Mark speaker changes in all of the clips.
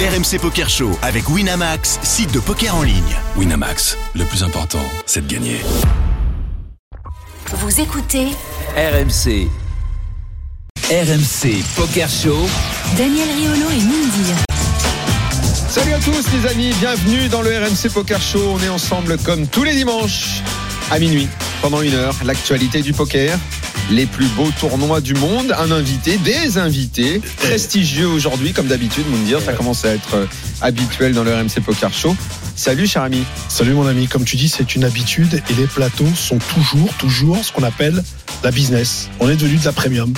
Speaker 1: RMC Poker Show avec Winamax, site de poker en ligne.
Speaker 2: Winamax, le plus important, c'est de gagner.
Speaker 3: Vous écoutez
Speaker 4: RMC. RMC Poker Show.
Speaker 3: Daniel Riolo et Mindy.
Speaker 5: Salut à tous les amis, bienvenue dans le RMC Poker Show. On est ensemble comme tous les dimanches à minuit pendant une heure. L'actualité du poker, les plus beaux tournois du monde, un invité, des invités prestigieux aujourd'hui comme d'habitude. Moundir, ça commence à être euh, habituel dans le RMC Poker Show. Salut cher ami.
Speaker 6: Salut mon ami, comme tu dis, c'est une habitude et les plateaux sont toujours, toujours ce qu'on appelle la business. On est devenu de la premium.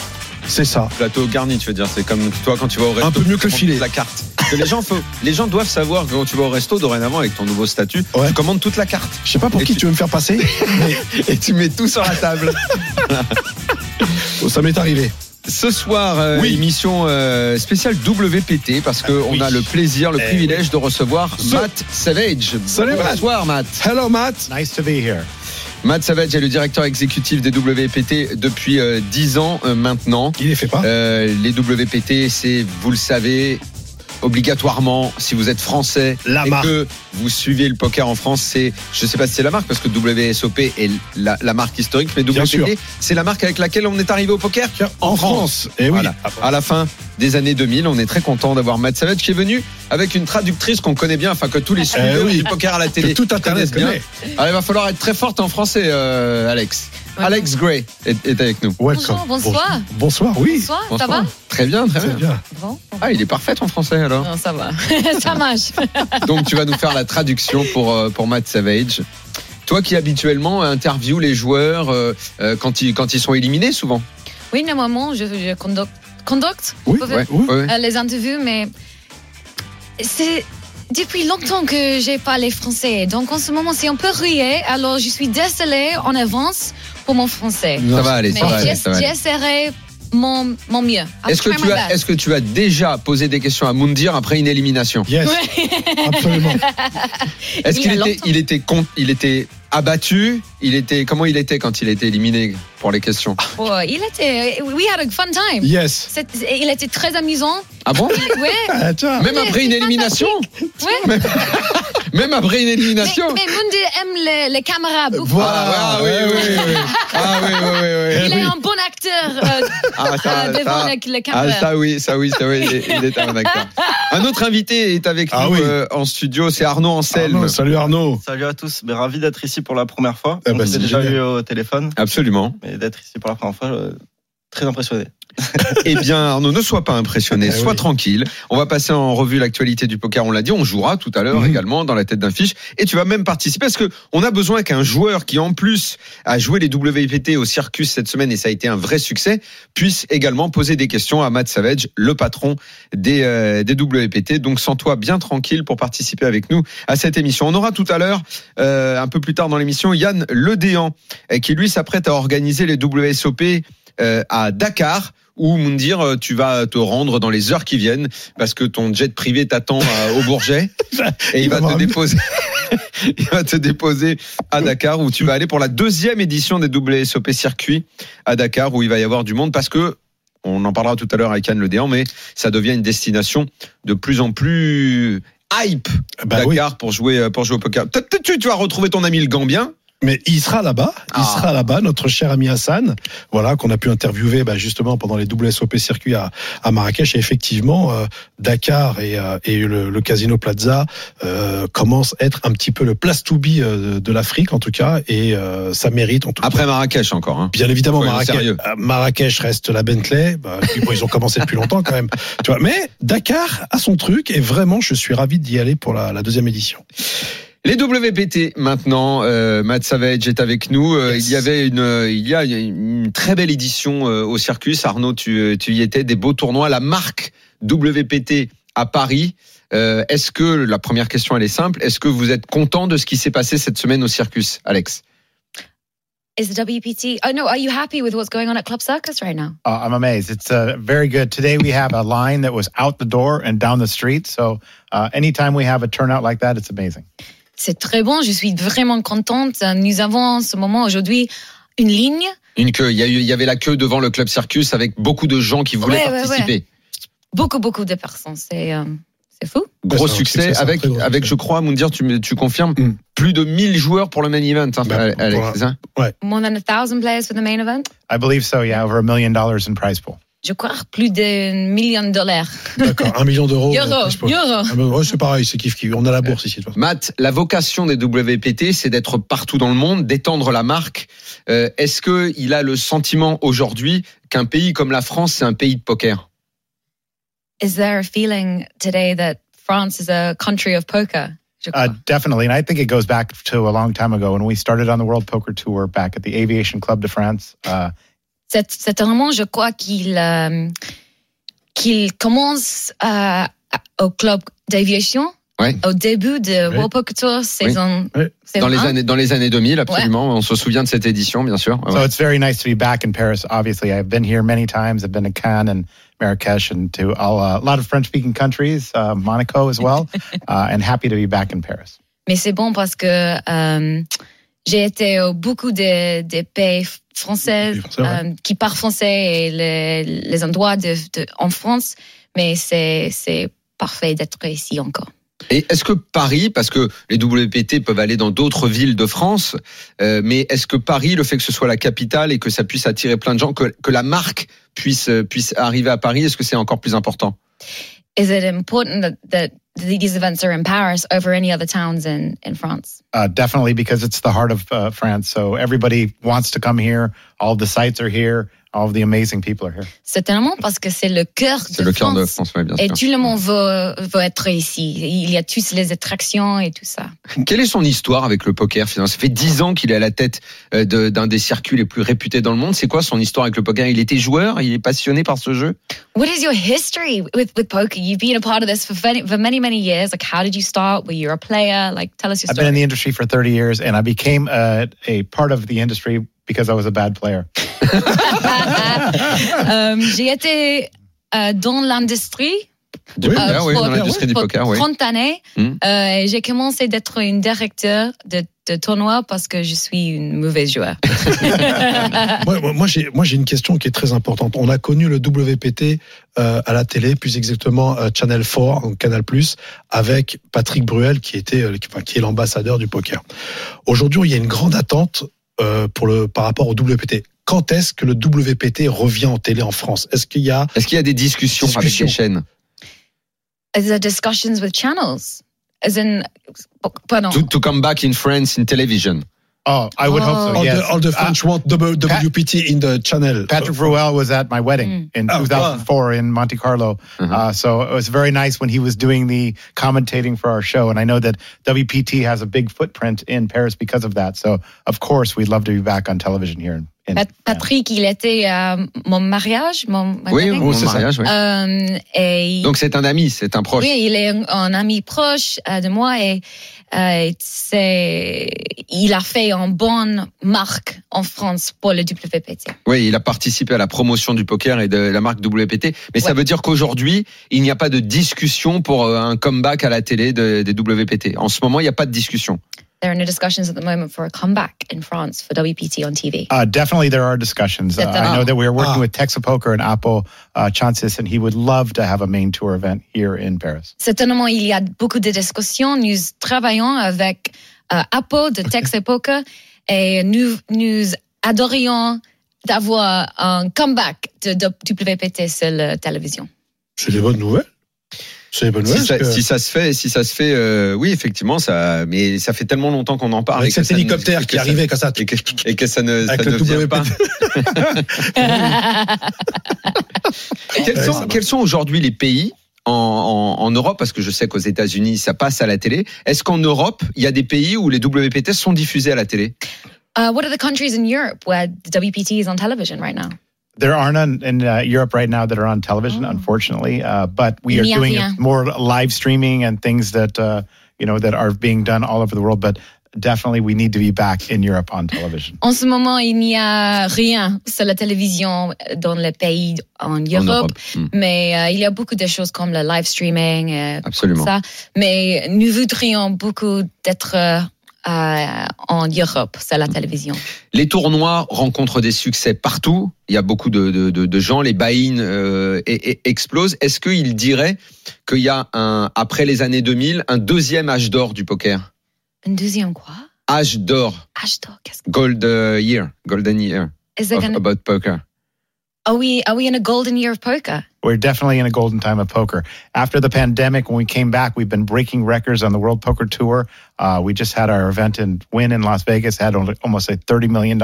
Speaker 6: C'est ça.
Speaker 5: Plateau garni, tu veux dire, c'est comme toi quand tu vas au resto.
Speaker 6: peu mieux que le
Speaker 5: tu commandes
Speaker 6: filet.
Speaker 5: toute La carte. Parce que les gens, faut- les gens doivent savoir que quand tu vas au resto dorénavant avec ton nouveau statut,
Speaker 6: Ouais.
Speaker 5: tu commandes toute la carte
Speaker 6: Je sais pas pour
Speaker 5: Et
Speaker 6: qui
Speaker 5: tu-
Speaker 6: tu veux me faire passer, mais
Speaker 5: et tu mets tout sur la table.
Speaker 6: ça m'est arrivé.
Speaker 5: Ce soir, euh,
Speaker 6: Oui.
Speaker 5: émission euh, spéciale WPT parce qu'on
Speaker 6: Ah, oui.
Speaker 5: a le plaisir, le
Speaker 6: Eh
Speaker 5: privilège de recevoir
Speaker 6: Ce-
Speaker 5: Matt Savage.
Speaker 6: Salut, Matt.
Speaker 5: Bonsoir Matt.
Speaker 6: Hello Matt
Speaker 7: Nice to be here.
Speaker 5: Matt Savage est le directeur exécutif des WPT depuis euh, 10 ans euh, maintenant.
Speaker 6: Il les fait pas
Speaker 5: Euh, les WPT, c'est, vous le savez, obligatoirement, si vous êtes français
Speaker 6: La
Speaker 5: et
Speaker 6: marque.
Speaker 5: que vous suivez le poker en France, c'est, je sais pas si c'est la marque, parce que WSOP est la, la marque historique, mais
Speaker 6: Bien sûr.
Speaker 5: WPT, c'est la marque avec laquelle on est arrivé au poker
Speaker 6: En France. Et oui.
Speaker 5: Voilà. à la fin des années 2000. On est très content d'avoir Matt Savage qui est venu avec une traductrice qu'on connaît bien, enfin que tous les studios
Speaker 6: Eh oui.
Speaker 5: du poker à la
Speaker 6: Que
Speaker 5: télé
Speaker 6: tout Internet
Speaker 5: connaissent bien.
Speaker 6: connaît.
Speaker 5: Ah, il va falloir être très forte en français, euh, Alex. Alex Gray est, est avec nous.
Speaker 6: Welcome.
Speaker 8: Bonjour, bonsoir.
Speaker 6: Bonsoir, oui.
Speaker 8: Bonsoir, ça
Speaker 5: Bonsoir.
Speaker 8: va
Speaker 5: Très bien, très
Speaker 6: C'est
Speaker 5: bien.
Speaker 6: bien.
Speaker 8: Bon.
Speaker 5: Ah, il est parfait en français alors.
Speaker 8: Non, ça va. ça marche.
Speaker 5: Donc tu vas nous faire la traduction pour, euh, pour Matt Savage. Toi qui habituellement interviews les joueurs euh, euh, quand, ils, quand ils sont éliminés souvent.
Speaker 8: Oui, normalement, je, je conduc- conducte
Speaker 6: Oui,
Speaker 8: Vous
Speaker 5: Ouais,
Speaker 8: pouvez-
Speaker 6: oui.
Speaker 5: ouais.
Speaker 8: euh, les interviews, mais c'est depuis longtemps que j'ai parlé français. Donc en ce moment, c'est un peu rué. Alors je suis désolée en avance pour mon français.
Speaker 5: Ça va aller,
Speaker 8: Mais
Speaker 5: ça va aller.
Speaker 8: j'ess-
Speaker 5: ça va aller.
Speaker 8: j'essaierai mon, mon mieux. I'll
Speaker 5: Est-ce que,
Speaker 8: try
Speaker 5: tu
Speaker 8: my
Speaker 5: as,
Speaker 8: best.
Speaker 5: est-ce que tu as déjà posé des questions à Moundir après une élimination
Speaker 6: Yes. Absolument.
Speaker 5: Est-ce
Speaker 8: Il
Speaker 5: qu'il était,
Speaker 8: y a longtemps.
Speaker 5: il était, con- il était abattu Il était, comment il était quand il a été éliminé pour les questions
Speaker 8: Oh, il était. We had a fun time.
Speaker 6: Yes.
Speaker 8: C'est- Il était très amusant.
Speaker 5: Ah bon
Speaker 8: Ouais,
Speaker 6: Ah, tiens.
Speaker 5: Même après une élimination
Speaker 8: ouais.
Speaker 5: Même après une
Speaker 8: Mais,
Speaker 5: élimination
Speaker 8: mais Mundi aime les, les caméras beaucoup.
Speaker 5: ah, oui, oui, oui, oui. Ah oui, oui, oui, oui.
Speaker 8: Il est un bon acteur euh,
Speaker 5: Ah, ça,
Speaker 8: euh, devant
Speaker 5: ça.
Speaker 8: les, les
Speaker 5: Ah,
Speaker 8: caméras.
Speaker 5: ça oui, ça oui, ça oui, il est- il est un acteur. Un autre invité est avec
Speaker 6: Ah
Speaker 5: nous
Speaker 6: oui.
Speaker 5: euh, en studio, c'est Arnaud Anselme.
Speaker 6: Arnaud, salut Arnaud.
Speaker 9: Salut à tous, mais ravi d'être ici pour la première fois.
Speaker 5: Eh
Speaker 6: Ah
Speaker 5: ben,
Speaker 9: On
Speaker 6: bah,
Speaker 9: s'est
Speaker 6: c'est
Speaker 9: déjà
Speaker 6: génial.
Speaker 9: eu au téléphone,
Speaker 5: Absolument.
Speaker 9: mais d'être ici pour la première fois, euh, très impressionné.
Speaker 5: Eh bien, Arnaud, ne sois pas impressionné,
Speaker 6: Eh
Speaker 5: sois
Speaker 6: oui.
Speaker 5: tranquille. On va passer en revue l'actualité du poker. On l'a dit, on jouera tout à l'heure
Speaker 6: Mhm.
Speaker 5: également dans la tête d'un fiche. Et tu vas même participer parce que on a besoin qu'un joueur qui, en plus, a joué les WPT au Circus cette semaine et ça a été un vrai succès, puisse également poser des questions à Matt Savage, le patron des, euh, des WPT. Donc, sens-toi bien tranquille pour participer avec nous à cette émission. On aura tout à l'heure, euh, un peu plus tard dans l'émission, Yann Ledéan, euh, qui lui s'apprête à organiser les WSOP euh, à Dakar. Où Moundir, euh, tu vas te rendre dans les heures qui viennent parce que ton jet privé t'attend euh, au Bourget et il,
Speaker 6: Il
Speaker 5: va,
Speaker 6: va
Speaker 5: te
Speaker 6: m'amener.
Speaker 5: déposer. il va te déposer à Dakar où tu vas aller pour la deuxième édition des WSOP circuit à Dakar où il va y avoir du monde parce que on en parlera tout à l'heure avec Anne Le Déan, mais ça devient une destination de plus en plus hype
Speaker 6: Bah oui.
Speaker 5: Dakar pour jouer euh, pour jouer au poker. Tu, tu- tu vas retrouver ton ami le Gambien.
Speaker 6: Mais il sera là-bas, il
Speaker 5: Ah.
Speaker 6: sera là-bas, notre cher ami Hassan, voilà, qu'on a pu interviewer bah, justement pendant les WSOP circuits à, à Marrakech. Et effectivement, euh, Dakar et, euh, et le, le Casino Plaza euh, commencent à être un petit peu le place to be euh, de l'Afrique, en tout cas, et euh, ça mérite, en tout cas.
Speaker 5: Après Marrakech encore. hein.
Speaker 6: Bien évidemment,
Speaker 5: Soyons
Speaker 6: Marrakech,
Speaker 5: sérieux.
Speaker 6: euh, Marrakech reste la Bentley. Bah, puis bon, ils ont commencé depuis longtemps quand même. Tu vois, mais Dakar a son truc et vraiment, je suis ravi d'y aller pour la, la deuxième édition.
Speaker 5: Les WPT maintenant, euh, Matt Savage est avec nous. Euh,
Speaker 6: Yes.
Speaker 5: Il y avait une, euh, il y a une très belle édition euh, au Circus. Arnaud, tu, euh, tu y étais, des beaux tournois. La marque WPT à Paris. Euh, est-ce que la première question elle est simple Est-ce que vous êtes content de ce qui s'est passé cette semaine au Circus, Alex
Speaker 8: Is the WPT? Oh no, are you happy with what's going on at Club Circus right now?
Speaker 7: Uh, I'm amazed. It's uh, very good. Today we have a line that was out the door and down the street. So uh, anytime we have a turnout like that, it's amazing.
Speaker 8: C'est très bon. Je suis vraiment contente. Nous avons en ce moment aujourd'hui une ligne.
Speaker 5: Une queue. Il y, a eu- il y avait la queue devant le club Circus avec beaucoup de gens qui voulaient
Speaker 8: Ouais, ouais,
Speaker 5: participer.
Speaker 8: Beaucoup, beaucoup de personnes. C'est euh, c'est fou.
Speaker 5: Gros
Speaker 6: Ouais, c'est un
Speaker 5: succès,
Speaker 6: succès, c'est un
Speaker 5: avec,
Speaker 6: très gros
Speaker 5: avec
Speaker 6: succès.
Speaker 5: je crois, Moundir, tu, me- tu confirmes,
Speaker 6: Mm.
Speaker 5: plus de 1000 joueurs pour le main event, hein,
Speaker 6: Bah,
Speaker 5: Alex,
Speaker 6: voilà.
Speaker 5: c'est ça
Speaker 8: More than a thousand players for the main event.
Speaker 7: I believe so. Yeah, over a million dollars in prize pool.
Speaker 8: Je crois plus d'un million de dollars.
Speaker 6: D'accord, un million
Speaker 5: Oh,
Speaker 6: d'euros.
Speaker 8: Euro,
Speaker 6: euh, je sais pas.
Speaker 8: euro.
Speaker 6: Ah ben, ouais, c'est pareil, c'est kiff kiff. On a la bourse ici. de toute façon.
Speaker 5: Matt, la vocation des WPT, c'est d'être partout dans le monde, d'étendre la marque. Euh, Est-ce que il a le sentiment aujourd'hui qu'un pays comme la France, c'est un pays de poker
Speaker 8: Is there a feeling today that France is a country of poker? Je crois.
Speaker 5: Ah,
Speaker 7: Uh, definitely. And I think it goes back to a long time ago when we started on the World Poker Tour back at the Aviation Club de France. Uh,
Speaker 8: Cet- certainement, je crois qu'il euh, qu'il commence à- à- au club d'aviation
Speaker 5: Ouais.
Speaker 8: au début de
Speaker 6: Oui.
Speaker 8: World Poker Tour saison,
Speaker 6: Oui.
Speaker 8: saison
Speaker 5: dans les,
Speaker 8: un.
Speaker 5: années, dans les années 2000, absolument. On se souvient de cette édition, bien sûr. Ouais,
Speaker 7: So
Speaker 5: ouais.
Speaker 7: it's very nice to be back in Paris. Obviously, I've been here many times. I've been to Cannes and Marrakesh and to all, uh, a lot of French speaking countries, uh, Monaco as well. uh, and happy to be back in Paris.
Speaker 8: Mais c'est bon parce que euh, j'ai été au beaucoup de, des pays français
Speaker 6: Des Français, ouais.
Speaker 8: euh, qui parlent français et les, les endroits de, de- en France, mais c'est c'est parfait d'être ici encore.
Speaker 5: Et est-ce que Paris, parce que les WPT peuvent aller dans d'autres villes de France, euh, mais est-ce que Paris, le fait que ce soit la capitale et que ça puisse attirer plein de gens, que, que la marque puisse, euh, puisse arriver à Paris, est-ce que c'est encore plus important
Speaker 8: Is it important that, that these events are in Paris over any other towns in, in France?
Speaker 7: Uh, definitely because it's the heart of uh, France. So everybody wants to come here. All of the sites are here. All of the amazing people are here.
Speaker 8: Certainement parce que c'est le cœur de
Speaker 5: C'est le cœur
Speaker 8: France.
Speaker 5: de France, ouais, bien
Speaker 8: Et
Speaker 5: sûr.
Speaker 8: tout le monde veut, veut être ici. Il y a tous les attractions et tout ça.
Speaker 5: Quelle est son histoire avec le poker finalement Ça fait dix ans qu'il est à la tête euh, de- d'un des circuits les plus réputés dans le monde. C'est quoi son histoire avec le poker Il était joueur, il est passionné par ce jeu.
Speaker 8: What is your history with, with poker? You've been a part of this for many, for many, many years. Like, how did you start? Were you a player? Like, tell us your
Speaker 7: I've been in
Speaker 8: story.
Speaker 7: the industry for 30 years and I became a, a part of the industry because I was a bad player.
Speaker 8: Euh, J'ai été euh, dans l'industrie
Speaker 5: Du
Speaker 6: Oui,
Speaker 5: poker,
Speaker 8: euh,
Speaker 5: Ah oui,
Speaker 8: pour-
Speaker 5: dans l'industrie du
Speaker 8: pour
Speaker 5: poker, oui.
Speaker 8: 30 années.
Speaker 5: Hmm.
Speaker 8: Euh, et J'ai commencé d'être une directeur de, de tournoi parce que je suis une mauvaise joueur.
Speaker 6: Moi, moi, moi, j'ai, moi, j'ai une question qui est très importante. On a connu le WPT euh, à la télé, plus exactement euh, Channel 4, donc Canal+, avec Patrick Bruel, qui était, euh, qui, enfin, qui est l'ambassadeur du poker. Aujourd'hui, il y a une grande attente euh, pour le, par rapport au WPT. Quand est-ce que le WPT revient en télé en France Est-ce qu'il y a
Speaker 5: Est-ce qu'il y a des discussions avec
Speaker 6: Discussions.
Speaker 5: les chaînes
Speaker 8: Is there discussions with channels? As in, pardon.
Speaker 5: to, to come back in France in television.
Speaker 7: Oh, I would hope
Speaker 8: Oh.
Speaker 7: so.
Speaker 6: all,
Speaker 7: Yes.
Speaker 6: the, all the French want W-
Speaker 7: Pat-
Speaker 6: WPT in the channel
Speaker 7: Patrick Ruel was at my wedding in
Speaker 6: Oh,
Speaker 7: 2004 in Monte Carlo.
Speaker 5: Mhm.
Speaker 7: Uh, so it was very nice when he was doing the commentating for our show. And I know that WPT has a big footprint in Paris because of that. So, of course, we'd love to be back on television here. In, in
Speaker 8: Pat- Patrick, il était à mon mariage, mon, ma
Speaker 5: Oui,
Speaker 8: wedding.
Speaker 5: mon
Speaker 7: c'est ça.
Speaker 5: mariage, oui.
Speaker 8: Euh, et
Speaker 5: Donc c'est un ami, c'est un proche.
Speaker 8: oui, il est un, un ami proche euh, de moi et euh, c'est, il a fait une bonne marque en France pour le WPT.
Speaker 5: Oui, il a participé à la promotion du poker et de la marque WPT. Mais ça
Speaker 8: Ouais.
Speaker 5: veut dire qu'aujourd'hui, il n'y a pas de discussion pour euh, un comeback à la télé de- des WPT. En ce moment, il n'y a pas de discussion.
Speaker 8: There are no discussions at the moment for a comeback in France for WPT on TV.
Speaker 7: Uh, definitely, there are discussions. Uh, I know that we are working
Speaker 6: Ah.
Speaker 7: with Texas Poker and Apple uh, Chances, and he would love to have a main tour event here in Paris.
Speaker 8: Certainement, il y a beaucoup de discussions. Nous travaillons avec euh, Apple de Texas Poker et nous, nous adorions d'avoir un comeback de, de WPT sur la télévision.
Speaker 6: C'est des bonnes nouvelles. C'est des bonnes nouvelles.
Speaker 5: Si ça,
Speaker 6: parce que-
Speaker 5: si ça se fait, si ça se fait, euh, oui, effectivement, ça. Mais ça fait tellement longtemps qu'on en parle.
Speaker 6: avec
Speaker 5: et que
Speaker 6: cet
Speaker 5: ça ne-
Speaker 6: hélicoptère
Speaker 5: que
Speaker 6: qui
Speaker 5: ça-
Speaker 6: arrivait comme ça.
Speaker 5: Et que, et que ça ne,
Speaker 6: Avec
Speaker 5: ça ne
Speaker 6: le
Speaker 5: vient
Speaker 6: WPT.
Speaker 5: pas. Quels
Speaker 6: Ouais, ça
Speaker 5: sont,
Speaker 6: marche.
Speaker 5: quels sont aujourd'hui les pays en, en- en Europe Parce que je sais qu'aux États-Unis, ça passe à la télé. Est-ce qu'en Europe, il y a des pays où les WPT sont diffusés à la télé
Speaker 8: Uh, what are the countries in Europe where the WPT is on television right now?
Speaker 7: There are none in uh, Europe right now that are on television,
Speaker 8: Oh.
Speaker 7: unfortunately. Uh, but we are
Speaker 8: Yeah,
Speaker 7: doing
Speaker 8: yeah.
Speaker 7: more live streaming and things that uh, you know that are being done all over the world. But definitely, we need to be back in Europe on television.
Speaker 8: En ce moment, il n'y a rien sur la télévision dans les pays en Europe,
Speaker 5: En Europe. Hmm,
Speaker 8: mais euh, il y a beaucoup de choses comme le live streaming, euh,
Speaker 5: absolument.
Speaker 8: ça. Mais nous voudrions beaucoup d'être euh, euh, en Europe, c'est la télévision.
Speaker 5: Les tournois rencontrent des succès partout. Il y a beaucoup de, de- de- de gens, les buy-in euh, et- et- explosent. Est-ce qu'il dirait qu'il y a, un, après les années 2000, un deuxième âge d'or du poker
Speaker 8: Une deuxième quoi
Speaker 5: Âge d'or,
Speaker 8: Hashtag, qu'est-ce que
Speaker 5: gold euh, year, golden year
Speaker 8: Is there
Speaker 6: Ah,
Speaker 5: of-
Speaker 8: gonna-
Speaker 5: about poker.
Speaker 8: Are we are we in a golden year of poker?
Speaker 7: We're definitely in a golden time of poker. After the pandemic, when we came back, we've been breaking records on the World Poker Tour. Uh, we just had our event and win in Las Vegas, had al- almost a $30 million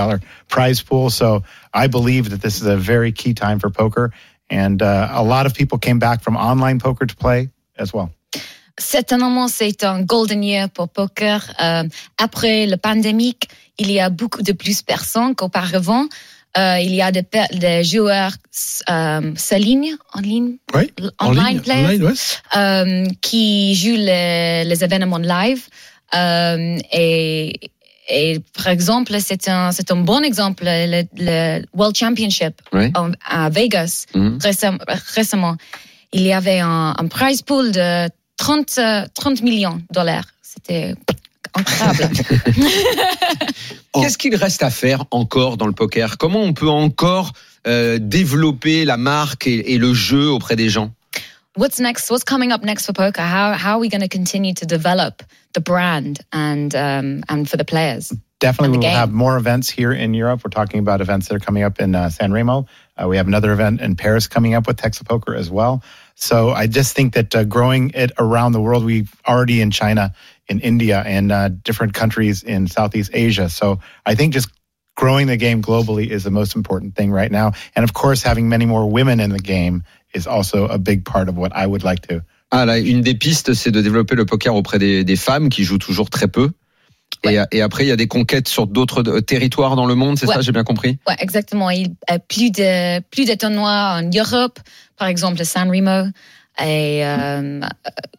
Speaker 7: prize pool. So I believe that this is a very key time for poker. And uh, a lot of people came back from online poker to play as well.
Speaker 8: Certainement, c'est un golden year pour poker. Euh, après le pandémique, il y a beaucoup de plus personnes qu'auparavant. Euh, il y a des, pe- des joueurs euh, s'alignent en ligne,
Speaker 6: Oui,
Speaker 8: l-
Speaker 6: en
Speaker 8: online,
Speaker 6: ligne,
Speaker 8: players,
Speaker 6: en ligne, ouais.
Speaker 8: euh, qui jouent les, les événements live. Euh, et, et par exemple, c'est un, c'est un bon exemple, le, le World Championship
Speaker 5: Ouais.
Speaker 8: en- à Vegas
Speaker 5: Mhm.
Speaker 8: récem- récemment. Il y avait un, un prize pool de 30, euh, 30 millions de dollars. C'était incroyable.
Speaker 5: Qu'est-ce qu'il reste à faire encore dans le poker Comment on peut encore euh, développer la marque et, et le jeu auprès des gens
Speaker 8: what's next? What's coming up next for poker? How, how are we going to continue to develop the brand and, um, and for the players?
Speaker 7: Definitely,
Speaker 8: And the
Speaker 7: we will
Speaker 8: game.
Speaker 7: have more events here in Europe. We're talking about events that are coming up in uh, San Remo. Uh, we have another event in Paris coming up with Texas Poker as well. So I just think that uh, growing it around the world, we've already in China, in India, and uh, different countries in Southeast Asia. So I think just growing the game globally is the most important thing right now. And of course, having many more women in the game is also a big part of what I would like to
Speaker 5: ah, là, Une des pistes, c'est de développer le poker auprès des, des femmes qui jouent toujours très peu. Et, et après, il y a des conquêtes sur d'autres euh, territoires dans le monde, c'est
Speaker 8: Ouais.
Speaker 5: ça J'ai bien compris
Speaker 8: Ouais, exactement. Il y a plus de, plus de tournois en Europe, par exemple San Remo. Et, euh,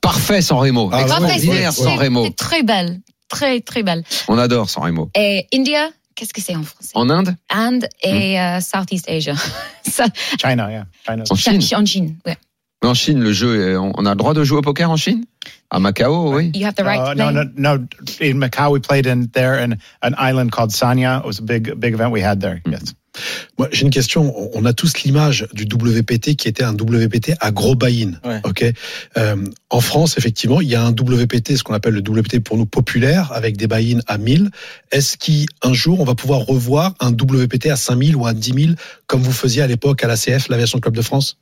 Speaker 5: Parfait San Remo.
Speaker 6: Ah,
Speaker 8: Parfait,
Speaker 6: ouais,
Speaker 8: c'est-
Speaker 5: Extraordinaire Ah San
Speaker 8: c'est-
Speaker 5: Remo.
Speaker 8: c'est très belle. Très, très belle.
Speaker 5: On adore San Remo.
Speaker 8: Et India, qu'est-ce que c'est en français?
Speaker 5: En Inde
Speaker 8: Inde et euh, Southeast Asia. Ça,
Speaker 7: China. Yeah, China.
Speaker 5: Hmm. En Chine
Speaker 8: En Chine, ouais.
Speaker 5: En Chine, le jeu, est- on on a le droit de jouer au poker en Chine À Macao, oui.
Speaker 8: You have the right to
Speaker 7: Uh, no,
Speaker 8: play.
Speaker 7: no, no. In Macau, we played in there in an island called Sanya. It was a big, big event we had there. Yes.
Speaker 6: Moi, j'ai une question. On- On a tous l'image du WPT qui était un WPT à gros buy-in.
Speaker 9: Ouais.
Speaker 6: ok Euh, en France, effectivement, il y a un WPT, ce qu'on appelle le WPT pour nous populaire, avec des buy-in à 1000. Est-ce qu'un jour, on va pouvoir revoir un WPT à 5000 ou à 10 000, comme vous faisiez à l'époque à l'ACF, la version Club de France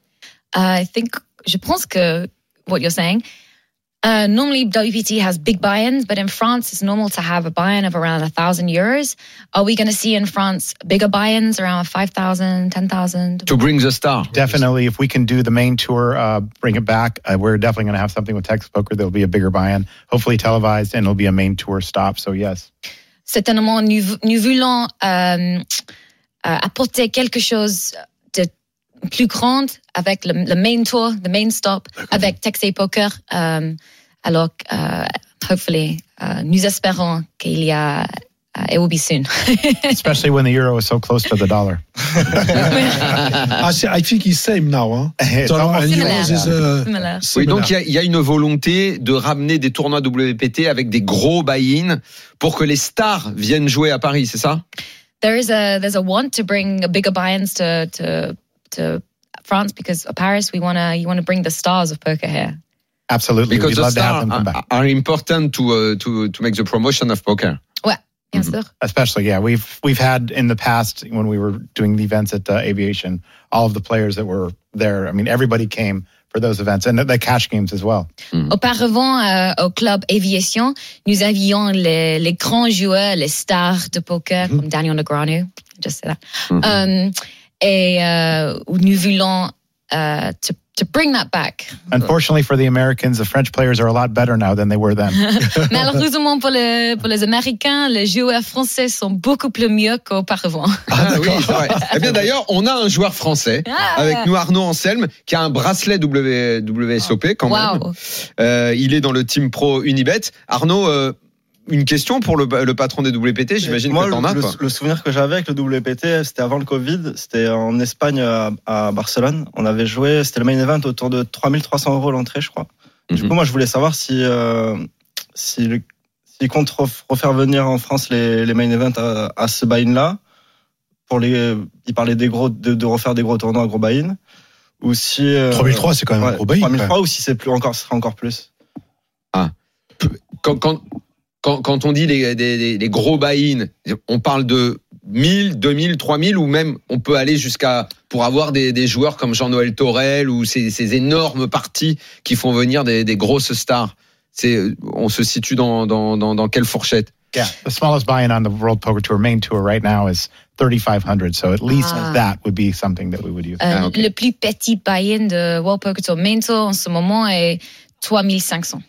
Speaker 8: I think je pense que what you're saying. Uh, normally, WPT has big buy-ins, but in France, it's normal to have a buy-in of around a thousand euros. Are we going to see in France bigger buy-ins around 5,000, 10,000?
Speaker 5: To bring the star.
Speaker 7: Definitely, if we can do the main tour, uh, bring it back. Uh, we're definitely going to have something with Texas Poker. There'll be a bigger buy-in, hopefully televised, and it'll be a main tour stop. So yes,
Speaker 8: Certainement, nous, nous voulons euh, euh, apporter quelque chose de plus grand avec le, le main tour, the main stop, avec Texas Poker. Euh, alors, que, euh, hopefully, euh, nous espérons qu'il y a, euh, it will be soon.
Speaker 7: especially when the euro is so close to the dollar.
Speaker 6: Ah, c'est- I think it's same now. Hein.
Speaker 7: It's
Speaker 5: Eh,
Speaker 6: So,
Speaker 7: almost
Speaker 6: and
Speaker 8: similar.
Speaker 6: yours is, uh,
Speaker 8: Similar.
Speaker 5: Oui,
Speaker 6: similar.
Speaker 5: donc il y a, il y a une volonté de ramener des tournois WPT avec des gros buy-in pour que les stars viennent jouer à Paris, c'est ça
Speaker 8: there is a there's a want to bring a bigger buy-ins to to to France because Paris we wanna you wanna bring the stars of poker here.
Speaker 7: absolutely.
Speaker 5: Because
Speaker 7: We'd
Speaker 5: the
Speaker 7: love to have
Speaker 5: stars
Speaker 7: them come
Speaker 5: are,
Speaker 7: back,
Speaker 5: are important to, uh, to, to make the promotion of poker.
Speaker 8: Bien
Speaker 5: Mhm.
Speaker 8: sûr.
Speaker 7: especially yeah. We've we've had in the past when we were doing the events at uh, Aviation, all of the players that were there. I mean, everybody came for those events and the, the cash games as well.
Speaker 5: Mm-hmm.
Speaker 8: Auparavant, euh, au club Aviation, nous avions les, les grands joueurs, les stars de poker,
Speaker 5: Mm-hmm.
Speaker 8: comme Daniel Negreanu, je sais là. Euh, et euh, nous voulons euh, to, to bring that back.
Speaker 7: Unfortunately for the Americans, the French players are a lot better now than they were then.
Speaker 8: Malheureusement pour, les pour les Américains, les joueurs français sont beaucoup plus mieux qu'auparavant.
Speaker 5: Ah, oui, c'est vrai. Eh bien d'ailleurs, on a un joueur français
Speaker 8: Ah.
Speaker 5: avec nous, Arnaud Anselme, qui a un bracelet W- WSOP quand même.
Speaker 8: Wow.
Speaker 5: Euh, il est dans le team pro Unibet. Arnaud, euh, une question pour le, le patron des WPT, j'imagine
Speaker 9: Moi,
Speaker 5: que t'en
Speaker 9: le,
Speaker 5: as.
Speaker 9: le-
Speaker 5: toi.
Speaker 9: le souvenir que j'avais avec le WPT, c'était avant le Covid, c'était en Espagne à, à Barcelone. On avait joué, c'était le main event autour de 3300 euros l'entrée, je crois. Du
Speaker 5: Mhm.
Speaker 9: coup, moi, je voulais savoir si, euh, si, le- si S'ils comptent ref- refaire venir en France les, les main events à, à ce buy-in-là, pour les, ils parlaient des gros, de, de refaire des gros tournois à gros buy-in, ou si. euh,
Speaker 6: 3003, c'est quand même
Speaker 9: ouais,
Speaker 6: un gros bail.
Speaker 9: 3003, ou si c'est plus encore, ce sera encore plus.
Speaker 5: quand, quand, quand, quand on dit les, des- des- des gros buy-in, on parle de 1000, 2000, 3000 ou même on peut aller jusqu'à pour avoir des, des joueurs comme Jean-Noël Torel ou ces, ces énormes parties qui font venir des, des grosses stars. C'est, on se situe dans, dans, dans, dans quelle fourchette
Speaker 7: Yeah, the smallest buy-in on the World Poker Tour main tour right now is 3,500. So at least
Speaker 8: Ah.
Speaker 7: that would be something that we would use.
Speaker 8: Euh,
Speaker 5: Ah, ok.
Speaker 8: Le plus petit buy-in de World Poker Tour Main Tour en ce moment est 3500.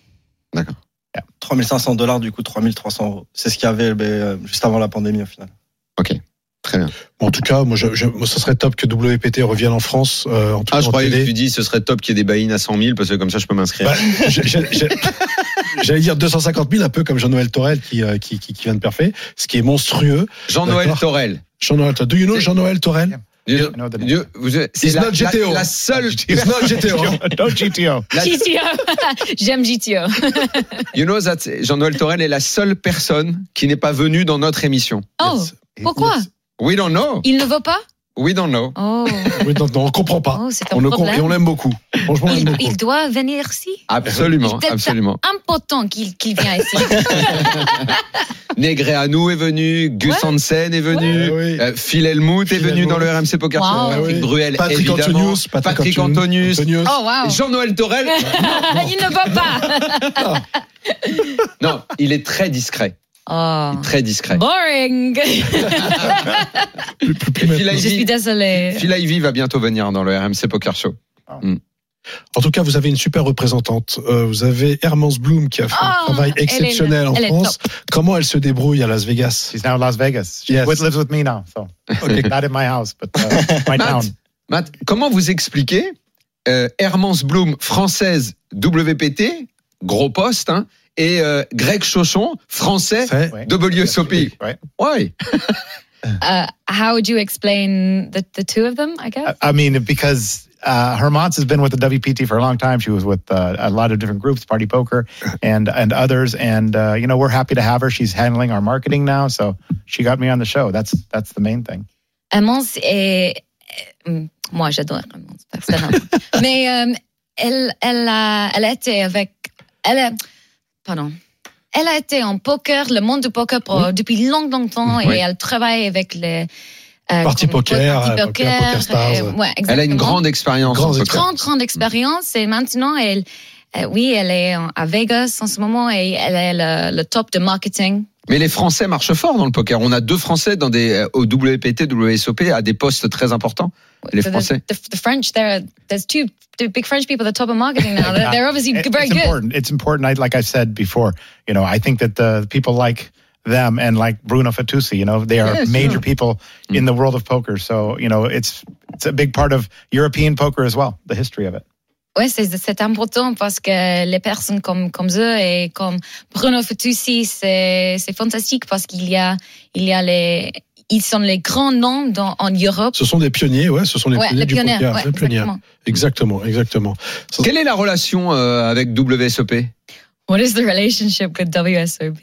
Speaker 9: 3500 dollars, du coup, 3300 euros. C'est ce qu'il y avait ben, euh, juste avant la pandémie, au final.
Speaker 5: Très bien.
Speaker 6: Bon, en tout cas, moi, je, je- moi, ça serait top que WPT revienne en France. euh, en tout
Speaker 5: Ah,
Speaker 6: cas,
Speaker 5: je
Speaker 6: en
Speaker 5: croyais que
Speaker 6: télé.
Speaker 5: tu dis ce serait top qu'il y ait des buy-in à 100 000 parce que comme ça je peux m'inscrire.
Speaker 6: Bah, j'ai- j'ai- j'ai- J'allais dire 250 000, un peu comme Jean-Noël Torel qui, euh, qui, qui, qui vient de parfait, ce qui est monstrueux.
Speaker 5: Jean-Noël
Speaker 6: d'accord.
Speaker 5: Torel.
Speaker 6: Jean-Noël Torel, do you know
Speaker 5: C'est-
Speaker 6: Jean-Noël Torel
Speaker 5: Dieu-
Speaker 7: I know the name.
Speaker 5: Dieu- vous- C'est
Speaker 6: It's
Speaker 5: la,
Speaker 6: not GTO.
Speaker 5: la- la seule.
Speaker 6: It's not GTO. hein.
Speaker 7: no GTO.
Speaker 5: la-
Speaker 8: GTO hein. J'aime GTO.
Speaker 5: you know that Jean-Noël Torel est la seule personne qui n'est pas venue dans notre émission.
Speaker 8: Oh, pourquoi
Speaker 5: We don't know.
Speaker 8: Il ne veut pas
Speaker 5: We don't know.
Speaker 8: Oh,
Speaker 6: Oui, non, non, on comprend pas.
Speaker 8: oh, c'est un
Speaker 6: on le comprend et on
Speaker 8: problème.
Speaker 6: l'aime beaucoup. Franchement, on l'aime
Speaker 8: Il,
Speaker 6: beaucoup.
Speaker 8: il doit venir ici
Speaker 5: Absolument,
Speaker 8: Peut-être
Speaker 5: absolument.
Speaker 8: Important qu'il qu'il vienne ici.
Speaker 5: Negré Anou est venu, Gus
Speaker 8: Ouais.
Speaker 5: Hansen est venu,
Speaker 6: Ouais, ouais.
Speaker 5: euh, Phil Elmout est
Speaker 6: Phil
Speaker 5: venu dans le
Speaker 6: Hellmuth.
Speaker 5: RMC Poker
Speaker 8: Wow.
Speaker 5: Show, Patrick
Speaker 6: Ouais, ouais.
Speaker 5: Bruel,
Speaker 6: Patrick
Speaker 5: évidemment.
Speaker 6: Antonius, Patrick,
Speaker 5: Patrick Antonius.
Speaker 6: Antonius.
Speaker 8: Oh, wow.
Speaker 5: Jean-Noël Torel,
Speaker 8: il ne veut pas.
Speaker 5: non, il est très discret, il est
Speaker 8: Oh.
Speaker 5: très discret.
Speaker 8: Boring.
Speaker 6: Plus- plus- plus
Speaker 5: Et Phil
Speaker 6: maintenant.
Speaker 8: Je suis
Speaker 5: Ivy,
Speaker 8: désolée.
Speaker 5: Phil Ivy va bientôt venir dans le RMC Poker Show.
Speaker 6: En tout cas, vous avez une super représentante. Euh, vous avez Hermance Bloom qui a fait
Speaker 8: Ah,
Speaker 6: un travail
Speaker 8: elle est-
Speaker 6: exceptionnel en
Speaker 8: elle est
Speaker 6: France. Comment elle se débrouille à Las Vegas
Speaker 7: She's now in Las Vegas. She
Speaker 6: Yes.
Speaker 7: with- lives with me now. So not in my house, but uh, my
Speaker 5: Matt,
Speaker 7: town.
Speaker 5: Matt, comment vous expliquez euh, Hermance Bloom, française WPT, gros poste, hein, et euh, Greg Chauchon, français
Speaker 6: C'est-
Speaker 7: Ouais.
Speaker 5: WSOP
Speaker 7: Right.
Speaker 5: Ouais.
Speaker 8: Uh, how would you explain the, the two of them, I guess?
Speaker 7: I, I mean, because uh, Hermance has been with the WPT for a long time. She was with uh, a lot of different groups, Party Poker and and others. And uh, you know, we're happy to have her. She's handling our marketing now, so she got me on the show. That's that's the main thing.
Speaker 8: Amance est. euh, Moi, j'adore Amance, personnellement. Mais euh, elle, elle, a, elle a été avec. Elle a, pardon. Elle a été en poker, le monde du poker, pour- depuis long, longtemps,
Speaker 5: Oui.
Speaker 8: et elle travaille avec les. euh,
Speaker 6: Party
Speaker 8: comme-
Speaker 6: poker,
Speaker 8: Party
Speaker 6: euh, poker, poker stars.
Speaker 8: euh, ouais,
Speaker 5: Elle a une
Speaker 8: exactement.
Speaker 5: grande expérience. en
Speaker 6: Grande
Speaker 5: poker.
Speaker 6: expérience.
Speaker 8: grande, grande expérience. Et maintenant, elle, euh, oui, elle est en- à Vegas en ce moment et elle est le, le top de marketing.
Speaker 5: Mais les Français marchent fort dans le poker. On a deux Français dans des euh, au WPT, WSOP à des postes très importants. Les
Speaker 8: So the-
Speaker 5: Français.
Speaker 8: The, the French, there, there's two, two big French people at the top of marketing now. They're, they're obviously
Speaker 7: It-
Speaker 8: very
Speaker 7: it's
Speaker 8: good.
Speaker 7: important. It's important. I, like I said before, you know, I think that the people like them and like Bruno Fattusi, you know, they are
Speaker 5: Yes,
Speaker 7: major
Speaker 5: sure.
Speaker 7: people in the world of poker. So you know, it's it's a big part of European poker as well. The history of it.
Speaker 8: Oui, c'est c'est important parce que les personnes comme, comme eux et comme Bruno Fettucci, c'est c'est fantastique parce qu'il y a, il y a les, ils sont les grands noms dans, en Europe.
Speaker 6: Ce sont des pionniers, ouais, ce sont les
Speaker 8: ouais,
Speaker 6: pionniers
Speaker 8: les
Speaker 6: du
Speaker 8: pionniers.
Speaker 6: poker.
Speaker 8: ouais,
Speaker 6: les pionniers. Exactement,
Speaker 8: exactement.
Speaker 6: exactement. Ça-
Speaker 5: Quelle est la relation euh, avec WSOP
Speaker 8: What is the relationship with WSOP?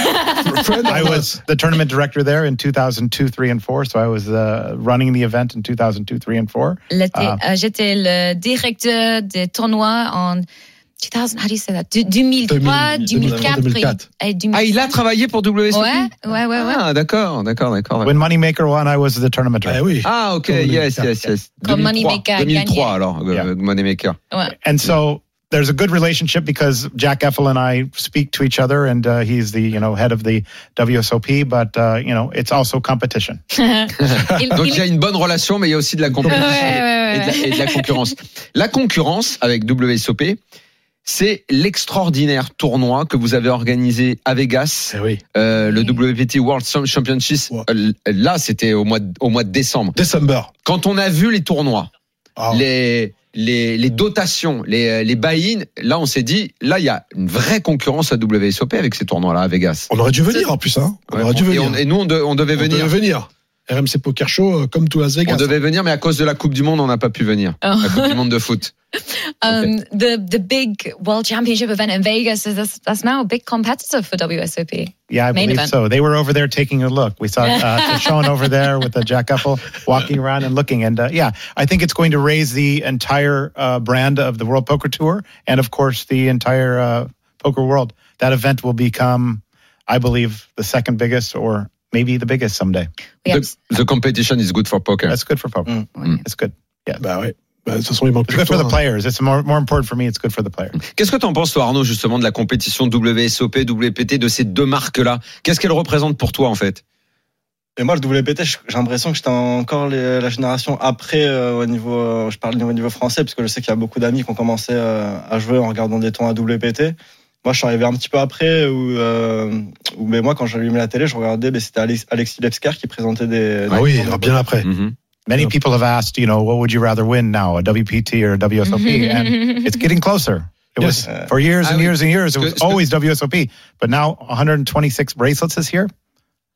Speaker 7: I was the tournament director there in 2002, 3, and 4. So I was uh, running the event in 2002, 3, and 4.
Speaker 8: L'été,
Speaker 7: Ah.
Speaker 8: euh, J'étais le directeur des tournois en 2000, how do you say that? Du- 2003,
Speaker 6: 2000,
Speaker 8: 2004.
Speaker 6: 2004.
Speaker 8: Et, et 2000
Speaker 5: Ah, il a travaillé pour WSOP.
Speaker 8: ouais, ouais, ouais, ouais.
Speaker 5: Ah, d'accord, d'accord, d'accord.
Speaker 7: When Moneymaker won, I was the tournament
Speaker 6: Ah
Speaker 7: director.
Speaker 6: oui.
Speaker 5: Ah, ok,
Speaker 6: Comme
Speaker 5: yes,
Speaker 6: Moneymaker.
Speaker 5: yes, yes.
Speaker 8: Comme
Speaker 5: 2003,
Speaker 8: Moneymaker a
Speaker 5: 2003
Speaker 8: gagné.
Speaker 5: alors, euh,
Speaker 7: Yeah.
Speaker 5: Moneymaker.
Speaker 8: ouais.
Speaker 7: And so there's a good relationship because Jack Effel and I speak to each other, and uh, he's the you know head of the WSOP. But uh, you know it's also competition.
Speaker 8: Il-
Speaker 5: Donc
Speaker 8: il-
Speaker 5: il y a une bonne relation, mais il y a aussi de la compétition
Speaker 8: Ouais, ouais,
Speaker 5: et, de la,
Speaker 8: ouais.
Speaker 5: et de la concurrence. La concurrence avec WSOP, c'est l'extraordinaire tournoi que vous avez organisé à Vegas,
Speaker 6: Eh oui.
Speaker 5: euh, le WPT World Championship.
Speaker 6: Ouais.
Speaker 5: Euh, Là, c'était au mois de- au mois de décembre.
Speaker 6: December.
Speaker 5: quand on a vu les tournois,
Speaker 6: Ah,
Speaker 5: les, les, les dotations, les, les buy-in, là, on s'est dit, là, il y a une vraie concurrence à WSOP avec ces tournois-là à Vegas.
Speaker 6: On aurait dû venir en plus, hein. On
Speaker 5: Ouais,
Speaker 6: aurait dû
Speaker 5: et,
Speaker 6: venir.
Speaker 5: on- et nous, on, de- on devait
Speaker 6: On devait
Speaker 5: venir.
Speaker 6: venir. RMC Poker Show, euh, comme tout Las Vegas.
Speaker 5: On devait venir, mais à cause de la Coupe du Monde, on n'a pas pu venir. La Coupe du Monde de foot.
Speaker 8: Um, the the big World Championship event in Vegas is that's, that's now a big competitor for WSOP.
Speaker 7: Yeah, I
Speaker 8: Main
Speaker 7: believe
Speaker 8: event.
Speaker 7: so. They were over there taking a look. We saw uh, Sean over there with the Jack Apple walking around and looking. And uh, yeah, I think it's going to raise the entire uh, brand of the World Poker Tour and, of course, the entire uh, poker world. That event will become, I believe, the second biggest or maybe the biggest someday.
Speaker 8: We have,
Speaker 5: The, the competition is good for poker.
Speaker 7: That's good for poker.
Speaker 9: Mm.
Speaker 5: Mm.
Speaker 7: It's good.
Speaker 6: Bah ouais. Bah, de toute façon, il manque
Speaker 7: It's
Speaker 6: plus
Speaker 7: good
Speaker 6: que
Speaker 7: for the
Speaker 6: toi, hein.
Speaker 7: players. It's more, more important for me. It's good for the players.
Speaker 5: Qu'est-ce que t'en penses, toi, Arnaud, justement, de la compétition WSOP, WPT, de ces deux marques-là Qu'est-ce qu'elles représentent pour toi, en fait
Speaker 9: Et moi, le WPT, je- j'ai l'impression que j'étais encore les- la génération après euh, au niveau, euh, je parle au niveau français, parce que je sais qu'il y a beaucoup d'amis qui ont commencé euh, à jouer en regardant des tours à WPT. Moi, je suis arrivé un petit peu après, où, euh, où, mais moi, quand j'allumais la télé, je regardais, mais c'était Alex- Alexis Lepscar qui présentait des.
Speaker 6: Ah
Speaker 9: des-
Speaker 6: oui,
Speaker 9: des-
Speaker 6: alors bien après.
Speaker 5: Mhm.
Speaker 7: Many
Speaker 6: Yeah.
Speaker 7: people have asked, you know, what would you rather win now, a WPT or a WSOP? and it's getting closer. It
Speaker 6: Yes.
Speaker 7: was for years
Speaker 5: Ah,
Speaker 7: and
Speaker 5: oui.
Speaker 7: years and years. It was
Speaker 5: Parce que-
Speaker 7: always WSOP, but now 126 bracelets is here.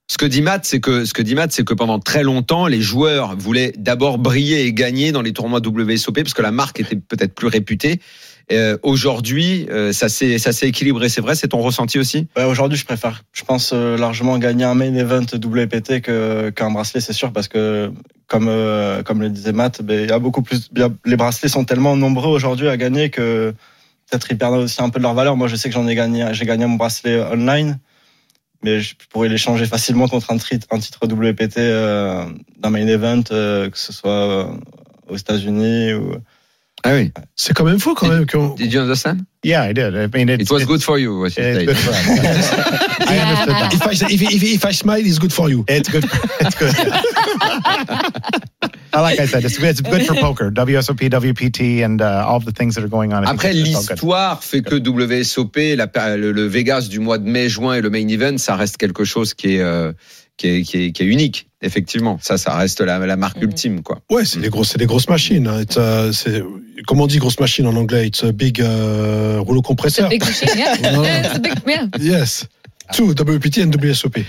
Speaker 5: Ce que dit Matt, c'est que ce que dit Matt, c'est que pendant très longtemps, les joueurs voulaient d'abord briller et gagner dans les tournois WSOP parce que la marque était peut-être plus réputée. Euh, Aujourd'hui, euh, ça s'est ça s'est équilibré, c'est vrai. C'est ton ressenti aussi
Speaker 9: Ouais, Aujourd'hui, je préfère, je pense euh, largement gagner un main event WPT que qu'un bracelet, c'est sûr, parce que comme euh, comme le disait Matt, ben, il y a beaucoup plus, il y a- les bracelets sont tellement nombreux aujourd'hui à gagner que peut-être ils perdent aussi un peu de leur valeur. Moi, je sais que j'en ai gagné, j'ai gagné mon bracelet online, mais je pourrais l'échanger facilement contre un, tri- un titre WPT euh, d'un main event, euh, que ce soit euh, aux États-Unis ou.
Speaker 5: Ah oui.
Speaker 6: hein. C'est quand même fou, quand même. qu'on-
Speaker 5: Did you understand
Speaker 7: Yeah, I did. I mean, it's,
Speaker 5: It was
Speaker 7: it's-
Speaker 5: good for you. what you
Speaker 7: it's
Speaker 5: said.
Speaker 7: good for us. Yes. I understood that.
Speaker 6: If I, if, if, if I smile, it's good for you.
Speaker 7: It's good. It's good. Uh, like I said, it's, it's good for poker. WSOP, WPT, and uh, all of the things that are going on. I think
Speaker 5: Après,
Speaker 7: it's all good.
Speaker 5: l'histoire fait que WSOP, la pa- le le Vegas du mois de mai-juin et le main event, ça reste quelque chose qui est, euh, qui est, qui est, qui est unique, effectivement. Ça, ça reste la, la marque
Speaker 8: Mhm.
Speaker 5: ultime, quoi.
Speaker 6: Ouais, c'est des grosses, c'est des grosses machines. hein. It's, euh, c'est, comment on dit grosse machine en anglais It's a big euh, rouleau
Speaker 8: it's a
Speaker 6: compresseur.
Speaker 8: big machine, yeah.
Speaker 6: Voilà.
Speaker 8: it's a big, yeah.
Speaker 6: Yes. Two WPT and WSOP.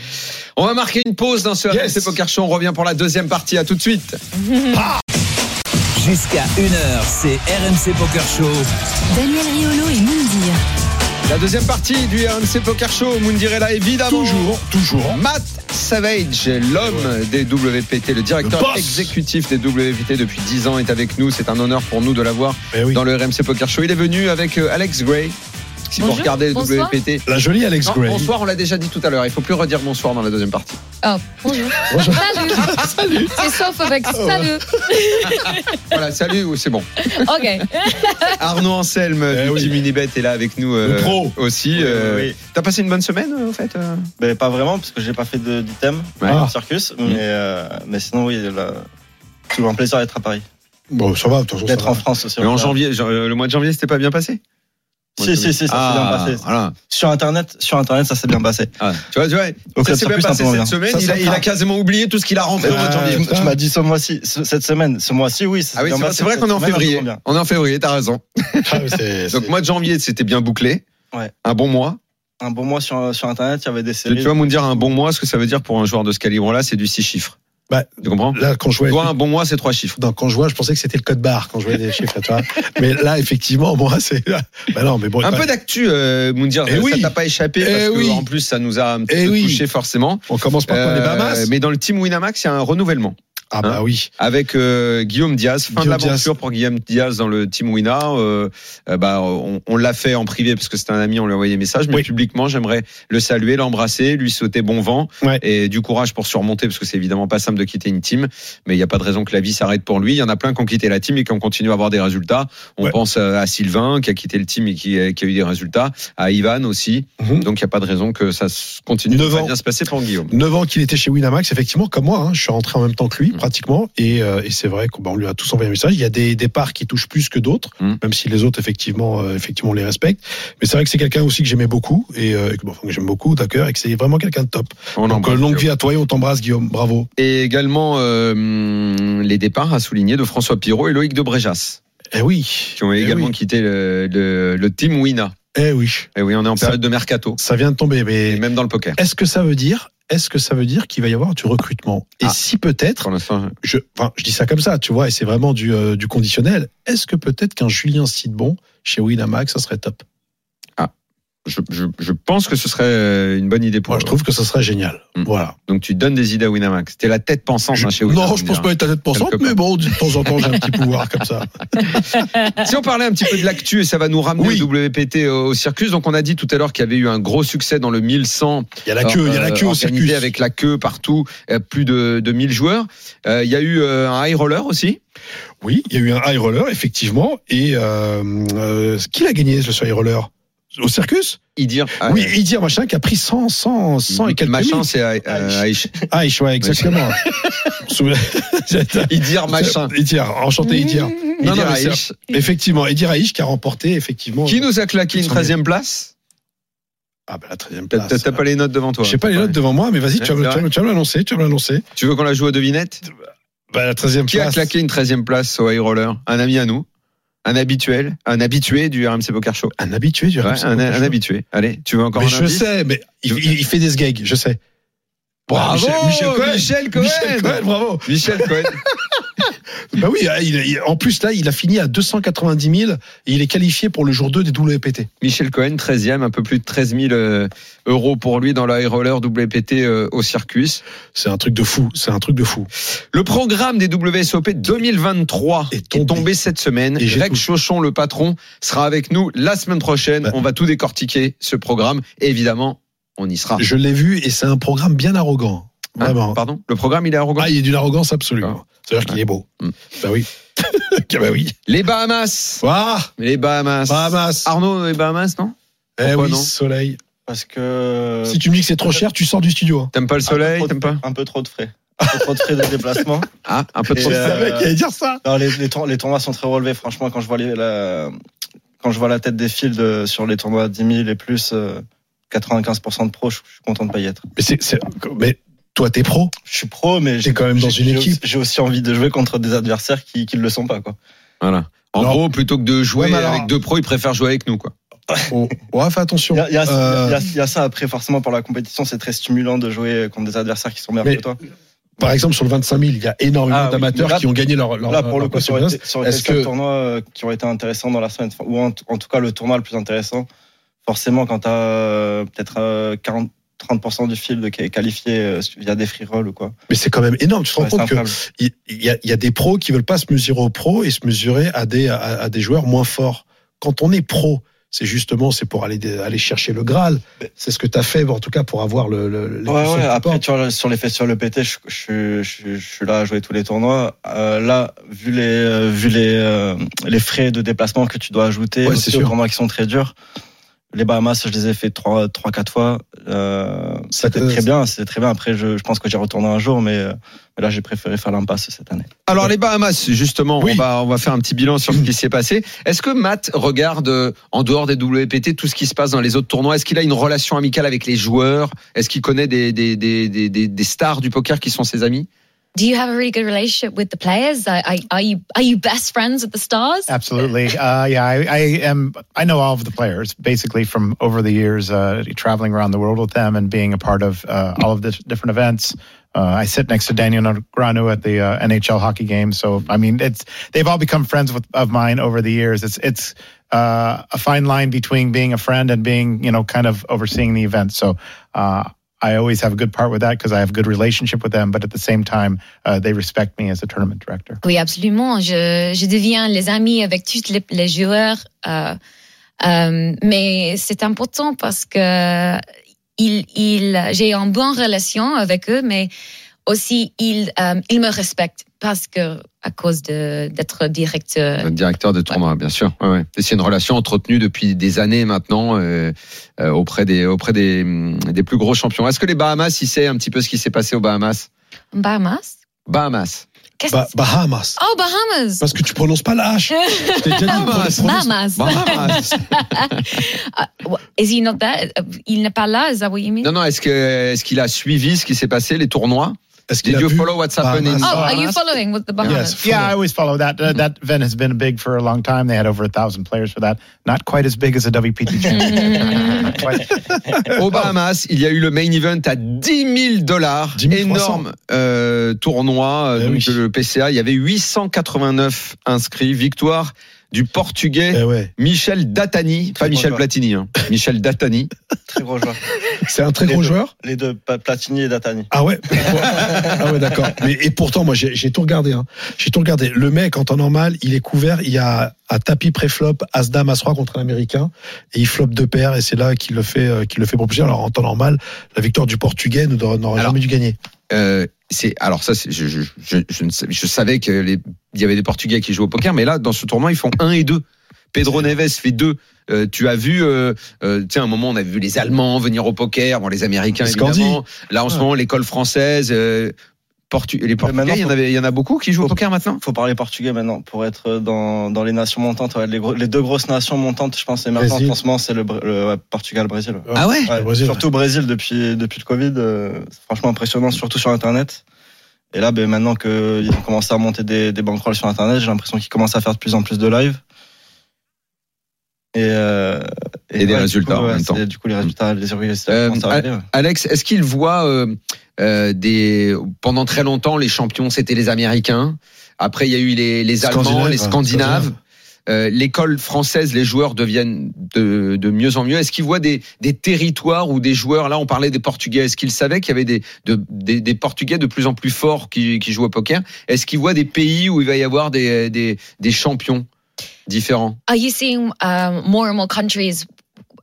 Speaker 5: On va marquer une pause dans ce
Speaker 6: Yes.
Speaker 5: RMC Poker Show. On revient pour la deuxième partie. À tout de suite.
Speaker 4: Jusqu'à 1h, c'est RMC Poker Show.
Speaker 3: Daniel Riolo et Moundir.
Speaker 5: La deuxième partie du RMC Poker Show. Moundir est là, évidemment.
Speaker 6: Toujours, toujours.
Speaker 5: Matt Savage, l'homme des WPT, le directeur
Speaker 6: Le boss.
Speaker 5: exécutif des WPT depuis 10 ans, est avec nous. C'est un honneur pour nous de l'avoir
Speaker 6: Eh oui.
Speaker 5: dans le RMC Poker Show. Il est venu avec euh, Alex Gray. Si vous
Speaker 8: Bonjour,
Speaker 5: regardez le
Speaker 8: bonsoir.
Speaker 5: WPT.
Speaker 6: La jolie Alex
Speaker 5: Non,
Speaker 6: Gray.
Speaker 5: bonsoir, on l'a déjà dit tout à l'heure. Il faut plus redire bonsoir dans la deuxième partie.
Speaker 8: Oh, bonjour. Salut. C'est sauf avec salut.
Speaker 5: Voilà, salut, oui, c'est bon.
Speaker 8: OK.
Speaker 5: Arnaud Anselme
Speaker 6: Eh
Speaker 5: du
Speaker 6: oui.
Speaker 5: Team Unibet est là avec nous euh,
Speaker 6: Le pro.
Speaker 5: aussi. euh,
Speaker 9: oui.
Speaker 5: T'as passé une bonne semaine, euh, en fait euh
Speaker 9: Ben, pas vraiment, parce que j'ai pas fait de- d'item
Speaker 5: Ouais. Ah. Mm.
Speaker 9: thème circus, mais, euh, mais sinon, oui, là, toujours un plaisir d'être à Paris.
Speaker 6: Bon, ça va. de toute façon, ça
Speaker 9: D'être
Speaker 6: va.
Speaker 9: en France aussi.
Speaker 5: Mais en
Speaker 9: voilà.
Speaker 5: janvier, genre, euh, le mois de janvier, c'était pas bien passé
Speaker 9: Si, si, si, ça s'est
Speaker 5: Ah,
Speaker 9: bien passé.
Speaker 5: voilà.
Speaker 9: Sur Internet, sur Internet, ça s'est bien passé.
Speaker 5: Ah, tu vois, tu vois,
Speaker 9: Au
Speaker 5: ça s'est
Speaker 9: club
Speaker 5: bien
Speaker 9: circuit,
Speaker 5: passé
Speaker 9: c'est un peu
Speaker 5: cette
Speaker 9: bien.
Speaker 5: semaine.
Speaker 6: hein. Ça,
Speaker 5: il,
Speaker 6: ça
Speaker 5: a, il a
Speaker 6: craint.
Speaker 5: quasiment oublié tout ce qu'il a rentré au mois de
Speaker 9: Tu
Speaker 5: janvier.
Speaker 9: m- tu m'as dit ce mois-ci, ce- cette semaine, ce mois-ci, oui. ça
Speaker 5: Ah oui,
Speaker 9: s'est bien
Speaker 5: c'est vrai,
Speaker 9: passé.
Speaker 5: c'est vrai qu'on est en
Speaker 9: Cette semaine,
Speaker 5: février.
Speaker 9: ça va bien.
Speaker 5: On est en février, t'as raison.
Speaker 6: Ah, mais c'est-
Speaker 5: Donc,
Speaker 6: c'est-
Speaker 5: mois de janvier, c'était bien bouclé.
Speaker 9: Ouais.
Speaker 5: Un bon mois.
Speaker 9: Un bon mois sur, sur Internet, il y avait des
Speaker 5: Tu
Speaker 9: séries.
Speaker 5: vas me dire un bon mois, ce que ça veut dire pour un joueur de ce calibre-là, c'est du 6 chiffres.
Speaker 6: Bah,
Speaker 5: Tu comprends
Speaker 6: Là, quand je vois,
Speaker 5: Toi, un bon mois, c'est 3 chiffres.
Speaker 6: non, quand je vois, je pensais que c'était le code barre quand je voyais des chiffres, tu vois. Mais là, effectivement, moi, c'est. Bah non, mais bon.
Speaker 5: Un
Speaker 6: bah,
Speaker 5: peu d'actu, euh, Moundir,
Speaker 6: Eh
Speaker 5: ça
Speaker 6: oui.
Speaker 5: t'a pas échappé
Speaker 6: Eh
Speaker 5: parce que
Speaker 6: oui.
Speaker 5: en plus ça nous a un petit
Speaker 6: Eh
Speaker 5: peu
Speaker 6: oui.
Speaker 5: touché forcément.
Speaker 6: on commence par quoi, les
Speaker 5: Euh,
Speaker 6: Bahamas.
Speaker 5: mais Hein dans le team Winamax, il y a un renouvellement
Speaker 6: Ah bah oui.
Speaker 5: avec euh, Guillaume Diaz. Fin
Speaker 6: Guillaume
Speaker 5: de l'aventure pour Guillaume Diaz dans le team Wina. Euh, euh, bah, on on l'a fait en privé parce que c'était un ami, on lui a envoyé un message, mais
Speaker 6: Oui.
Speaker 5: publiquement, j'aimerais le saluer, l'embrasser, lui souhaiter bon vent
Speaker 6: Ouais.
Speaker 5: et du courage pour surmonter parce que c'est évidemment pas simple de quitter une team, mais il n'y a pas de raison que la vie s'arrête pour lui. Il y en a plein qui ont quitté la team et qui ont continué à avoir des résultats. On
Speaker 6: Ouais.
Speaker 5: pense à, à Sylvain qui a quitté le team et qui, a- qui a eu des résultats, à Ivan aussi.
Speaker 6: Mhm.
Speaker 5: Donc il n'y a pas de raison que ça se continue de
Speaker 6: Neuf
Speaker 5: pas
Speaker 6: ans.
Speaker 5: bien se passer pour Guillaume.
Speaker 6: 9 ans qu'il était chez Winamax, effectivement, comme moi, hein, je suis rentré en même temps que
Speaker 5: Mhm.
Speaker 6: lui, pratiquement, et, euh, et c'est vrai qu'on bah, on lui a tous envoyé un message. Il y a des départs qui touchent plus que d'autres,
Speaker 5: Mm.
Speaker 6: même si les autres, effectivement, euh, effectivement, on les respecte. Mais c'est vrai que c'est quelqu'un aussi que j'aimais beaucoup, et, euh, et que, bon, enfin, que j'aime beaucoup, d'accord, et que c'est vraiment quelqu'un de top.
Speaker 5: On
Speaker 6: Donc,
Speaker 5: embrasse
Speaker 6: euh, longue
Speaker 5: Guillaume.
Speaker 6: vie à toi et on t'embrasse, Guillaume, bravo.
Speaker 5: Et également euh, hum, les départs à souligner de François Pirot et Loïc de Bréjas,
Speaker 6: Eh oui.
Speaker 5: qui ont
Speaker 6: Eh
Speaker 5: également
Speaker 6: oui.
Speaker 5: quitté le, le- le team Wina.
Speaker 6: Eh oui,
Speaker 5: Et oui, on est en
Speaker 6: Ça-
Speaker 5: période de mercato.
Speaker 6: ça vient de tomber.
Speaker 5: Et
Speaker 6: Mais
Speaker 5: même dans le poker.
Speaker 6: est-ce que ça veut dire, est-ce que ça veut dire qu'il va y avoir du recrutement Et
Speaker 5: Ah.
Speaker 6: si peut-être,
Speaker 5: Pour l'instant,
Speaker 6: je, enfin, je dis ça comme ça, tu vois, et c'est vraiment du, euh, du conditionnel. Est-ce que peut-être qu'un Julien Sidbon chez Winamax, ça serait top
Speaker 5: je, je, je pense que ce serait euh, une bonne idée pour
Speaker 6: Moi, je
Speaker 5: eux.
Speaker 6: trouve que ça serait génial.
Speaker 5: Mm.
Speaker 6: Voilà.
Speaker 5: Donc tu donnes des idées à Winamax. C'était la tête pensante hein, chez Winamax.
Speaker 6: non, je pense pas être à 9%,
Speaker 5: Quelque
Speaker 6: mais bon, de temps en temps, j'ai un petit pouvoir comme ça.
Speaker 5: Si on parlait un petit peu de l'actu, et ça va nous ramener
Speaker 6: Oui.
Speaker 5: au WPT au Circus, donc on a dit tout à l'heure qu'il y avait eu un gros succès dans le 1100.
Speaker 6: Il y a la queue, il y a la queue au
Speaker 5: euh, organisé
Speaker 6: circuit.
Speaker 5: Avec la queue partout, euh, plus de, de 1000 joueurs. Euh, Il y a eu euh, un high roller aussi.
Speaker 6: Oui, il y a eu un high roller, effectivement. Et euh, euh, qui l'a gagné, ce high roller Au circus
Speaker 5: Idir. Ah,
Speaker 6: Oui,
Speaker 5: euh,
Speaker 6: Idir Machin qui a pris 100, 100, 100 et quelques
Speaker 5: Machin,
Speaker 6: minutes.
Speaker 5: c'est euh, euh, Aïch.
Speaker 6: Aïch, ouais, Ah, exactement.
Speaker 5: Idir Machin.
Speaker 6: Idir, enchanté Idir.
Speaker 5: Non, non,
Speaker 6: Idir
Speaker 5: mais
Speaker 6: Aïch.
Speaker 5: c'est-
Speaker 6: Effectivement, Idir Aïch qui a remporté, effectivement. euh,
Speaker 5: Qui nous a claqué une 13 e place
Speaker 6: Ah, ben la 13e
Speaker 5: T'as
Speaker 6: place.
Speaker 5: t'as pas les notes devant toi.
Speaker 6: Je sais pas les notes devant moi, mais vas-y, tu vas
Speaker 5: Ouais,
Speaker 6: me-
Speaker 5: c'est
Speaker 6: tu vas me- tu vas me l'annoncer, tu vas me l'annoncer.
Speaker 5: Tu veux qu'on la joue aux devinettes
Speaker 6: Bah, la 13e
Speaker 5: Qui a
Speaker 6: place.
Speaker 5: claqué une 13 e place au high roller Un ami à nous Un habituel Un habitué du RMC Poker Show
Speaker 6: Un habitué du
Speaker 5: Ouais,
Speaker 6: RMC,
Speaker 5: un,
Speaker 6: mon
Speaker 5: un
Speaker 6: cochon.
Speaker 5: habitué. Allez, tu veux encore
Speaker 6: Mais
Speaker 5: un
Speaker 6: je
Speaker 5: indice
Speaker 6: sais, mais il, il- il fait des sgags, je sais.
Speaker 5: Bravo,
Speaker 6: Michel, Michel
Speaker 5: Michel
Speaker 6: Cohen.
Speaker 5: Cohen.
Speaker 6: Michel Cohen, bravo.
Speaker 5: Michel Cohen.
Speaker 6: Bah oui, il- il- en plus là, il a fini à 290 000 et il est qualifié pour le jour 2 des WPT.
Speaker 5: Michel Cohen, 13e, un peu plus de 13 000 euh, euros pour lui dans le high roller WPT euh, au circuit.
Speaker 6: C'est un truc de fou, c'est un truc de fou.
Speaker 5: Le programme des WSOP 2023
Speaker 6: Est
Speaker 5: est tombé,
Speaker 6: tombé.
Speaker 5: cette semaine.
Speaker 6: Et j'ai
Speaker 5: Jacques
Speaker 6: tout.
Speaker 5: Chauchon, le patron, sera avec nous la semaine prochaine.
Speaker 6: Bah.
Speaker 5: On va tout décortiquer, ce programme. Et évidemment, on y
Speaker 9: Ah.
Speaker 5: sera.
Speaker 6: Je l'ai vu et c'est un programme bien arrogant.
Speaker 5: Hein,
Speaker 6: Vraiment.
Speaker 5: Pardon Le programme, il est arrogant
Speaker 6: ah, il est d'une arrogance absolue.
Speaker 9: Ah.
Speaker 6: C'est-à-dire qu'il est beau.
Speaker 5: Mm.
Speaker 6: Bah oui. Ah bah oui.
Speaker 5: Les Bahamas
Speaker 6: Ah,
Speaker 5: Les Bahamas.
Speaker 6: Bahamas.
Speaker 5: Arnaud, les Bahamas, non
Speaker 6: bah. eh
Speaker 5: pourquoi
Speaker 6: oui,
Speaker 5: non
Speaker 6: soleil.
Speaker 9: Parce que.
Speaker 6: Si tu me dis que c'est trop cher, tu sors du studio. hein.
Speaker 5: T'aimes pas le
Speaker 9: un peu
Speaker 5: soleil
Speaker 9: trop de-
Speaker 5: T'aimes pas
Speaker 9: Un peu trop de frais. Un peu trop de frais de déplacement.
Speaker 5: Ah, un peu
Speaker 9: Et,
Speaker 5: trop.
Speaker 9: euh,
Speaker 6: C'est vrai qu'il allait dire ça.
Speaker 9: Non, les, les, tour- les tournois sont très relevés, franchement, quand je vois les, la, quand je vois la tête des fields euh, sur les tournois à 10 000 et plus, euh, 95% de pros, je, je suis content de pas y être.
Speaker 6: Mais, c'est, c'est- mais toi, t'es pro.
Speaker 9: Je suis pro, mais
Speaker 6: T'es
Speaker 9: j'ai
Speaker 6: quand même dans
Speaker 9: j'ai-
Speaker 6: une
Speaker 9: j'ai
Speaker 6: équipe.
Speaker 9: aussi- J'ai aussi envie de jouer contre des adversaires qui ne le sont pas, quoi.
Speaker 5: Voilà. En
Speaker 6: Alors-
Speaker 5: gros, plutôt que de jouer
Speaker 6: Ouais, mais alors-
Speaker 5: avec deux pros, ils préfèrent jouer avec nous, quoi.
Speaker 6: Oh, ouais, fais attention.
Speaker 9: Il y, a- il y a-
Speaker 6: Euh,
Speaker 9: il y a- il y a ça après, forcément, pour la compétition, c'est très stimulant de jouer contre des adversaires qui sont meilleurs
Speaker 6: Mais-
Speaker 9: que toi.
Speaker 6: Par exemple, sur le 25 000, il y a énormément
Speaker 9: Ah oui,
Speaker 6: d'amateurs
Speaker 9: mais là-
Speaker 6: qui ont gagné leur, leur
Speaker 9: Là, pour
Speaker 6: leur
Speaker 9: le coup, ça aurait
Speaker 6: possibilité.
Speaker 9: été, ça aurait été
Speaker 6: Est-ce
Speaker 9: le seul
Speaker 6: que-
Speaker 9: tournoi euh, qui aurait été intéressant dans la semaine, Enfin, ou en, t- en tout cas le tournoi le plus intéressant. Forcément, quand tu as peut-être euh, 40, 30% du field qui est qualifié euh, via des free rolls ou quoi.
Speaker 6: Mais c'est quand même énorme. Tu te rends
Speaker 9: Ouais, c'est
Speaker 6: compte que
Speaker 9: incroyable.
Speaker 6: il il y, a, il y a des pros qui veulent pas se mesurer aux pros et se mesurer à des, à, à des joueurs moins forts. Quand on est pro, c'est justement c'est pour aller, dé- aller chercher le Graal. C'est ce que tu as fait, en tout cas, pour avoir le. le, le- les
Speaker 9: Ouais,
Speaker 6: leçons
Speaker 9: ouais,
Speaker 6: que tu
Speaker 9: Après,
Speaker 6: portes.
Speaker 9: tu vois, sur les festivals EPT, je, je, suis- je, suis- je suis là à jouer tous les tournois. Euh, là, vu les, euh, vu les, euh, les frais de déplacement que tu dois ajouter
Speaker 6: Ouais,
Speaker 9: aussi
Speaker 6: c'est
Speaker 9: aux
Speaker 6: sûr.
Speaker 9: tournois qui sont très durs, les Bahamas, je les ai fait trois, trois, quatre fois. Euh,
Speaker 6: Ça
Speaker 9: c'était
Speaker 6: te-
Speaker 9: très bien, c'était très bien. Après, je, je pense que j'y retournerai un jour, mais, euh, mais là, j'ai préféré faire l'impasse cette année.
Speaker 5: Alors les Bahamas, justement,
Speaker 6: Oui.
Speaker 5: on, va, on va faire un petit bilan sur ce qui s'est passé. Est-ce que Matt regarde euh, en dehors des WPT tout ce qui se passe dans les autres tournois Est-ce qu'il a une relation amicale avec les joueurs Est-ce qu'il connaît des, des, des, des, des- des stars du poker qui sont ses amis
Speaker 8: Do you have a really good relationship with the players? Are, are, are you are you best friends with the stars?
Speaker 7: Absolutely. Uh, yeah, I, I am. I know all of the players basically from over the years, uh, traveling around the world with them and being a part of uh, all of the different events. Uh, I sit next to Daniel Negreanu at the uh, NHL hockey game, so I mean, it's they've all become friends with, of mine over the years. It's it's uh, a fine line between being a friend and being you know kind of overseeing the event. So. Uh, I always have a good part with that because I have a good relationship with them, but at the same time, uh, they respect me as a tournament director.
Speaker 8: Oui, absolument. Je, je deviens les amis avec tous les, les joueurs, euh, euh, mais c'est important parce que il, il, j'ai une bonne relation avec eux, mais aussi ils, euh, ils me respectent parce que à cause de d'être directeur.
Speaker 5: Euh, Directeur de tournoi, bien sûr. Ouais, ouais. Et C'est une relation entretenue depuis des années maintenant euh, euh, auprès, des, auprès des, hum, des plus gros champions. Est-ce que les Bahamas, il sait un petit peu ce qui s'est passé aux Bahamas
Speaker 8: Bahamas.
Speaker 5: Bahamas.
Speaker 8: Qu'est-ce
Speaker 6: Ba-
Speaker 8: que c'est
Speaker 6: Bahamas.
Speaker 8: Oh Bahamas.
Speaker 6: Parce que tu prononces pas la H. Je t'ai déjà dit, pour les prononcer-
Speaker 8: Bahamas. Ah,
Speaker 5: Bahamas.
Speaker 8: Is he not there? Il n'est pas là. Is that what you mean?
Speaker 5: non, non, est-ce que- est-ce qu'il a suivi ce qui s'est passé, les tournois
Speaker 6: Est-ce qu'il
Speaker 5: Did
Speaker 6: a
Speaker 5: you
Speaker 6: vu
Speaker 5: follow what's happened in
Speaker 8: Oh, are you
Speaker 6: Bahamas.
Speaker 8: following with the Bahamas?
Speaker 6: Yes.
Speaker 7: Yeah, I always follow that.
Speaker 5: Mm-hmm.
Speaker 7: Uh, that event has been big for a long time. They had over a thousand players for that. Not quite as big as a
Speaker 5: Mm-hmm.
Speaker 7: WPT
Speaker 8: Mm-hmm.
Speaker 7: championship. Not quite.
Speaker 5: Aux Bahamas, il y a eu le main event à 10 000 dollars.
Speaker 6: 10 300.
Speaker 5: Énorme euh, tournoi euh,
Speaker 6: Eh
Speaker 5: donc
Speaker 6: oui.
Speaker 5: de le PCA. Il y avait 889 inscrits. Victoire du Portugais
Speaker 6: Eh ouais,
Speaker 5: Michel Datani. Pas
Speaker 9: Très
Speaker 5: Michel
Speaker 9: bon
Speaker 5: Platini. hein. Michel Datani.
Speaker 9: Très gros joueur.
Speaker 6: c'est un très
Speaker 9: Les
Speaker 6: gros
Speaker 9: deux.
Speaker 6: joueur.
Speaker 9: Les deux, Pa- Platini et Datani.
Speaker 6: Ah ouais, pourquoi ah ouais d'accord. Mais et pourtant moi j'ai j'ai tout regardé. Hein. J'ai tout regardé. Le mec en temps normal il est couvert. Il y a un tapis préflop as dame as roi contre l'américain et il flop deux paires et c'est là qu'il le fait euh, qu'il le fait propulser. Alors en temps normal la victoire du portugais nous n'aurait n'aurait
Speaker 5: Alors,
Speaker 6: jamais dû gagner.
Speaker 5: Euh, c'est alors ça, c'est- je, je, je, je ne sais- je savais que les, il y avait des Portugais qui jouaient au poker, mais là dans ce tournoi ils font 1 et 2 Pedro Neves fait 2 tu as vu, euh, euh, tiens, à un moment on a vu les Allemands venir au poker, bon les Américains
Speaker 6: Les
Speaker 5: évidemment. Là en ce
Speaker 6: Ouais.
Speaker 5: moment l'école française, euh, Portu- les Portugais,
Speaker 9: maintenant,
Speaker 5: il y en avait, il y en a beaucoup qui jouent au poker maintenant.
Speaker 9: Faut parler portugais maintenant pour être dans, dans les nations montantes. ouais, les, gros- les deux grosses nations montantes, je pense, émergentes
Speaker 6: Brésil.
Speaker 9: en ce moment, c'est le, Br- le ouais, Portugal-Brésil. ouais.
Speaker 5: Ah ouais.
Speaker 9: Ouais,
Speaker 6: Le Brésil,
Speaker 9: surtout au Brésil depuis, depuis le Covid, euh, c'est franchement impressionnant, surtout sur Internet. Et là, ben, maintenant qu'ils ont commencé à monter des, des bankrolls sur Internet, j'ai l'impression qu'ils commencent à faire de plus en plus de live. Et, euh,
Speaker 5: Et des
Speaker 9: du
Speaker 5: résultats
Speaker 9: coup,
Speaker 5: en même
Speaker 9: c'est-
Speaker 5: temps. Mm.
Speaker 9: Du coup, les résultats, les résultats
Speaker 5: Euh,
Speaker 9: commencent à arriver. ouais.
Speaker 5: Alex, est-ce qu'il voit euh, euh, des pendant très longtemps les champions c'était les Américains. Après il y a eu les, les Allemands, les Scandinaves. Euh, l'école française, les joueurs deviennent de, de mieux en mieux. Est-ce qu'ils voient des, des territoires ou des joueurs Là, on parlait des Portugais. Est-ce qu'ils savaient qu'il y avait des, de- des, des Portugais de plus en plus forts qui, qui jouent au poker Est-ce qu'ils voient des pays où il va y avoir des, des, des champions différents
Speaker 8: Are you seeing um, more and more countries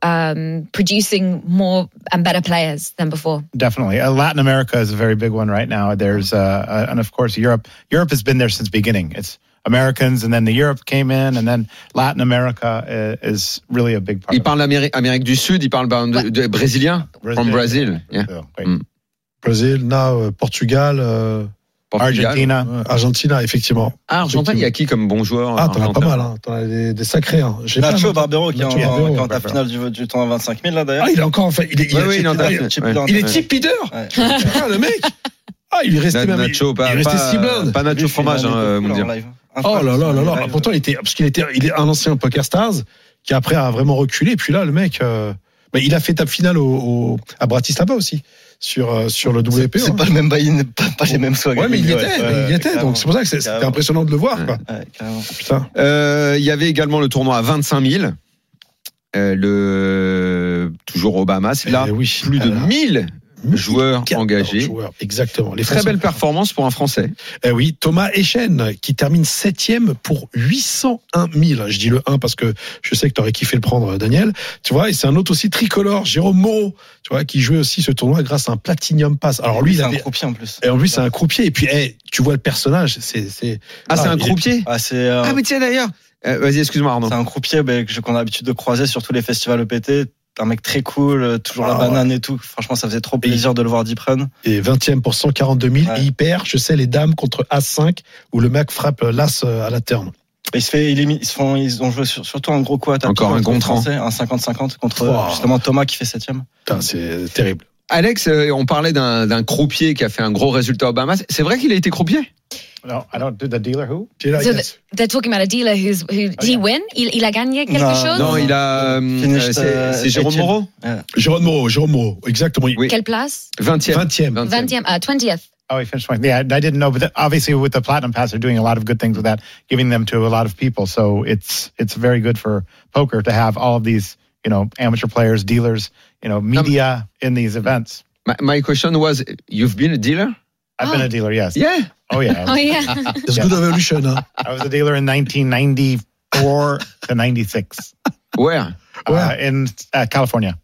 Speaker 8: um, producing more and better players than before?
Speaker 7: Definitely. Uh, Latin America is a very big one right now. There's, uh, uh, and of course, Europe. Europe has been there since beginning. It's Americans, and then the Europe came in, and then Latin America i- is really a big part.
Speaker 5: Ils
Speaker 7: of
Speaker 5: parlent d'Amérique Amérique du Sud, ils parlent ben, de, de Brésiliens,
Speaker 7: it.
Speaker 5: from Brazil, yeah.
Speaker 7: Brazil, great.
Speaker 5: Mm.
Speaker 6: Brésil, là, euh, Portugal, euh,
Speaker 5: Portugal.
Speaker 7: Argentina.
Speaker 6: ouais, Argentina, effectivement.
Speaker 5: Ah, Argentin, il y a qui comme bon joueur
Speaker 6: Ah, t'en as
Speaker 5: argentin
Speaker 6: pas mal, hein. t'en as des, des sacrés. Hein. J'ai pas
Speaker 9: Nacho
Speaker 6: noté.
Speaker 9: Barbero qui est en,
Speaker 6: Nacho Barbero,
Speaker 9: qui est en
Speaker 6: Barbero.
Speaker 9: table finale du, du tournoi 25 000 là d'ailleurs.
Speaker 6: Ah, il est encore, enfin, il est, il
Speaker 5: Ouais,
Speaker 6: est-
Speaker 5: oui, il est en
Speaker 6: il
Speaker 5: tête.
Speaker 6: est-
Speaker 9: Chip
Speaker 5: ouais.
Speaker 9: Dunn.
Speaker 6: il est type leader.
Speaker 9: Ouais.
Speaker 6: Putain, le mec. Ah, il est resté même.
Speaker 5: Nacho,
Speaker 6: il
Speaker 5: pas,
Speaker 6: est resté
Speaker 5: pas-
Speaker 6: six blindes.
Speaker 5: pas Nacho
Speaker 9: Lui, je fais
Speaker 5: Fromage,
Speaker 9: une
Speaker 5: hein,
Speaker 9: année de
Speaker 5: euh,
Speaker 9: fou, là, en
Speaker 5: Mondial.
Speaker 9: live.
Speaker 6: Oh là là là là. Ah,
Speaker 9: Live.
Speaker 6: pourtant, il était, parce qu'il était, il est un ancien poker stars qui après a vraiment reculé. Et puis là, le mec, euh, bah, il a fait table finale au, au- à Bratislava aussi sur euh, sur le WP. hein.
Speaker 9: C'est
Speaker 6: Oh.
Speaker 9: pas le même buy-in, pas, pas les mêmes swags.
Speaker 6: Ouais, mais il y était, il y était. Donc c'est pour ça que c'est- c'était
Speaker 9: Carrément.
Speaker 6: impressionnant de le voir. Quoi.
Speaker 9: Ouais, carrément.
Speaker 6: Putain.
Speaker 5: Euh, il y avait également le tournoi à 25 000. Euh, le toujours au Bahamas. Ah, Là,
Speaker 6: Eh oui.
Speaker 5: plus de
Speaker 6: Alors,
Speaker 5: 1000 joueurs
Speaker 6: 14
Speaker 5: engagés.
Speaker 6: joueurs, Exactement. Les
Speaker 5: Très
Speaker 6: Français.
Speaker 5: belle performance pour un Français. Ah,
Speaker 6: Eh oui, Thomas Echen qui termine septième pour 801 000. Je dis le 1 parce que je sais que tu aurais kiffé le prendre, Daniel. Tu vois, et c'est un autre aussi tricolore, Jérôme Moreau, tu vois, qui jouait aussi ce tournoi grâce à un Platinum Pass. Alors lui, il Euh,
Speaker 9: c'est un
Speaker 6: avait-
Speaker 9: croupier en plus.
Speaker 6: et en plus, c'est un croupier. Et puis, eh, tu vois le personnage, c'est, c'est,
Speaker 5: Ah, c'est
Speaker 6: Ah,
Speaker 5: un
Speaker 6: il est-
Speaker 5: croupier.
Speaker 9: Ah, c'est euh,
Speaker 5: Ah, mais tiens d'ailleurs. Euh, Vas-y, excuse-moi Arnaud.
Speaker 9: c'est un croupier ben, que je- qu'on a l'habitude de croiser sur tous les festivals EPT. Un mec très cool, euh, toujours la
Speaker 6: Ah,
Speaker 9: banane et tout. Franchement, ça faisait trop plaisir de le voir deep run.
Speaker 6: et 20e pour 142 000.
Speaker 9: Ouais.
Speaker 6: Et il perd, je sais, les dames contre A5 où le mec frappe l'as euh, à la turn.
Speaker 9: Et Il se fait, il est mis- ils, se font, ils ont joué sur- surtout un gros coup à tapis
Speaker 5: Encore un
Speaker 9: contre les
Speaker 5: contrant.
Speaker 9: Français, un 50-50 contre
Speaker 6: Wow.
Speaker 9: justement Thomas qui fait septième.
Speaker 6: Putain, c'est terrible.
Speaker 5: Alex, euh, on parlait d'un d'un croupier qui a fait un gros résultat au Bahamas. C'est vrai qu'il a été croupier
Speaker 7: No, I don't. Did the dealer who?
Speaker 6: Puis là,
Speaker 8: So
Speaker 6: il y a-
Speaker 8: They're talking about a dealer who's who.
Speaker 7: Oh,
Speaker 8: Did he win? Il, il a gagné quelque
Speaker 9: Non,
Speaker 8: chose?
Speaker 5: Non, il a. euh,
Speaker 9: Finished,
Speaker 5: euh,
Speaker 9: euh,
Speaker 5: c'est- c'est Jérôme
Speaker 9: eightième.
Speaker 5: Moreau.
Speaker 6: Jérôme Moreau, Jérôme Moreau, exactement.
Speaker 5: Oui.
Speaker 8: Quelle place?
Speaker 5: 20e.
Speaker 6: 20e.
Speaker 5: 20e.
Speaker 8: 20e, uh, 20th.
Speaker 7: Oh, he finished 20. Yeah, I didn't know, but that- obviously with the platinum pass, they're doing a lot of good things with that, giving them to a lot of people. So it's it's very good for poker to have all of these, you know, amateur players, dealers, you know, media in these events.
Speaker 5: My, my question was, you've been a dealer?
Speaker 7: I've been
Speaker 8: Oh.
Speaker 7: a dealer, yes.
Speaker 5: Yeah.
Speaker 7: Oh yeah,
Speaker 8: Oh,
Speaker 7: I was,
Speaker 8: yeah.
Speaker 6: It's good evolution, hein.
Speaker 7: I was a dealer in 1994 to 96
Speaker 5: Where?
Speaker 7: uh, in uh, California.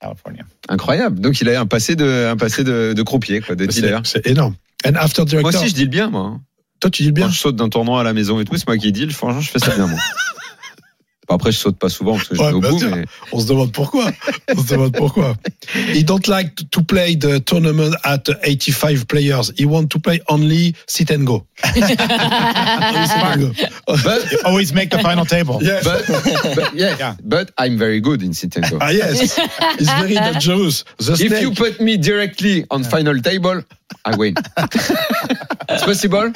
Speaker 7: California.
Speaker 5: Incroyable. Donc il a un passé de, un passé de, de croupier, quoi, de
Speaker 6: C'est,
Speaker 5: dealer.
Speaker 6: c'est énorme. And after
Speaker 5: Moi
Speaker 6: director.
Speaker 5: aussi, je dis le bien, moi. hein.
Speaker 6: Toi, tu dis le bien.
Speaker 5: Quand je saute d'un tournoi à la maison et tout, c'est moi qui dis, franchement, je fais ça bien, moi. Bon, Après, je saute pas souvent parce que je
Speaker 6: Ouais,
Speaker 5: vais au
Speaker 6: bien
Speaker 5: bout,
Speaker 6: sûr.
Speaker 5: mais
Speaker 6: On se demande pourquoi. On se demande pourquoi. He don't like to play the tournament at 85 players. He want to play only sit and go. Only sit and go. Oh,
Speaker 5: But,
Speaker 7: Always make the final table.
Speaker 6: Yes.
Speaker 5: but, but yes,
Speaker 7: Yeah.
Speaker 5: but I'm very good in Sintenko.
Speaker 6: Ah yes, it's very dangerous. The
Speaker 5: If
Speaker 6: snake.
Speaker 5: you put me directly on final table, I win. it's possible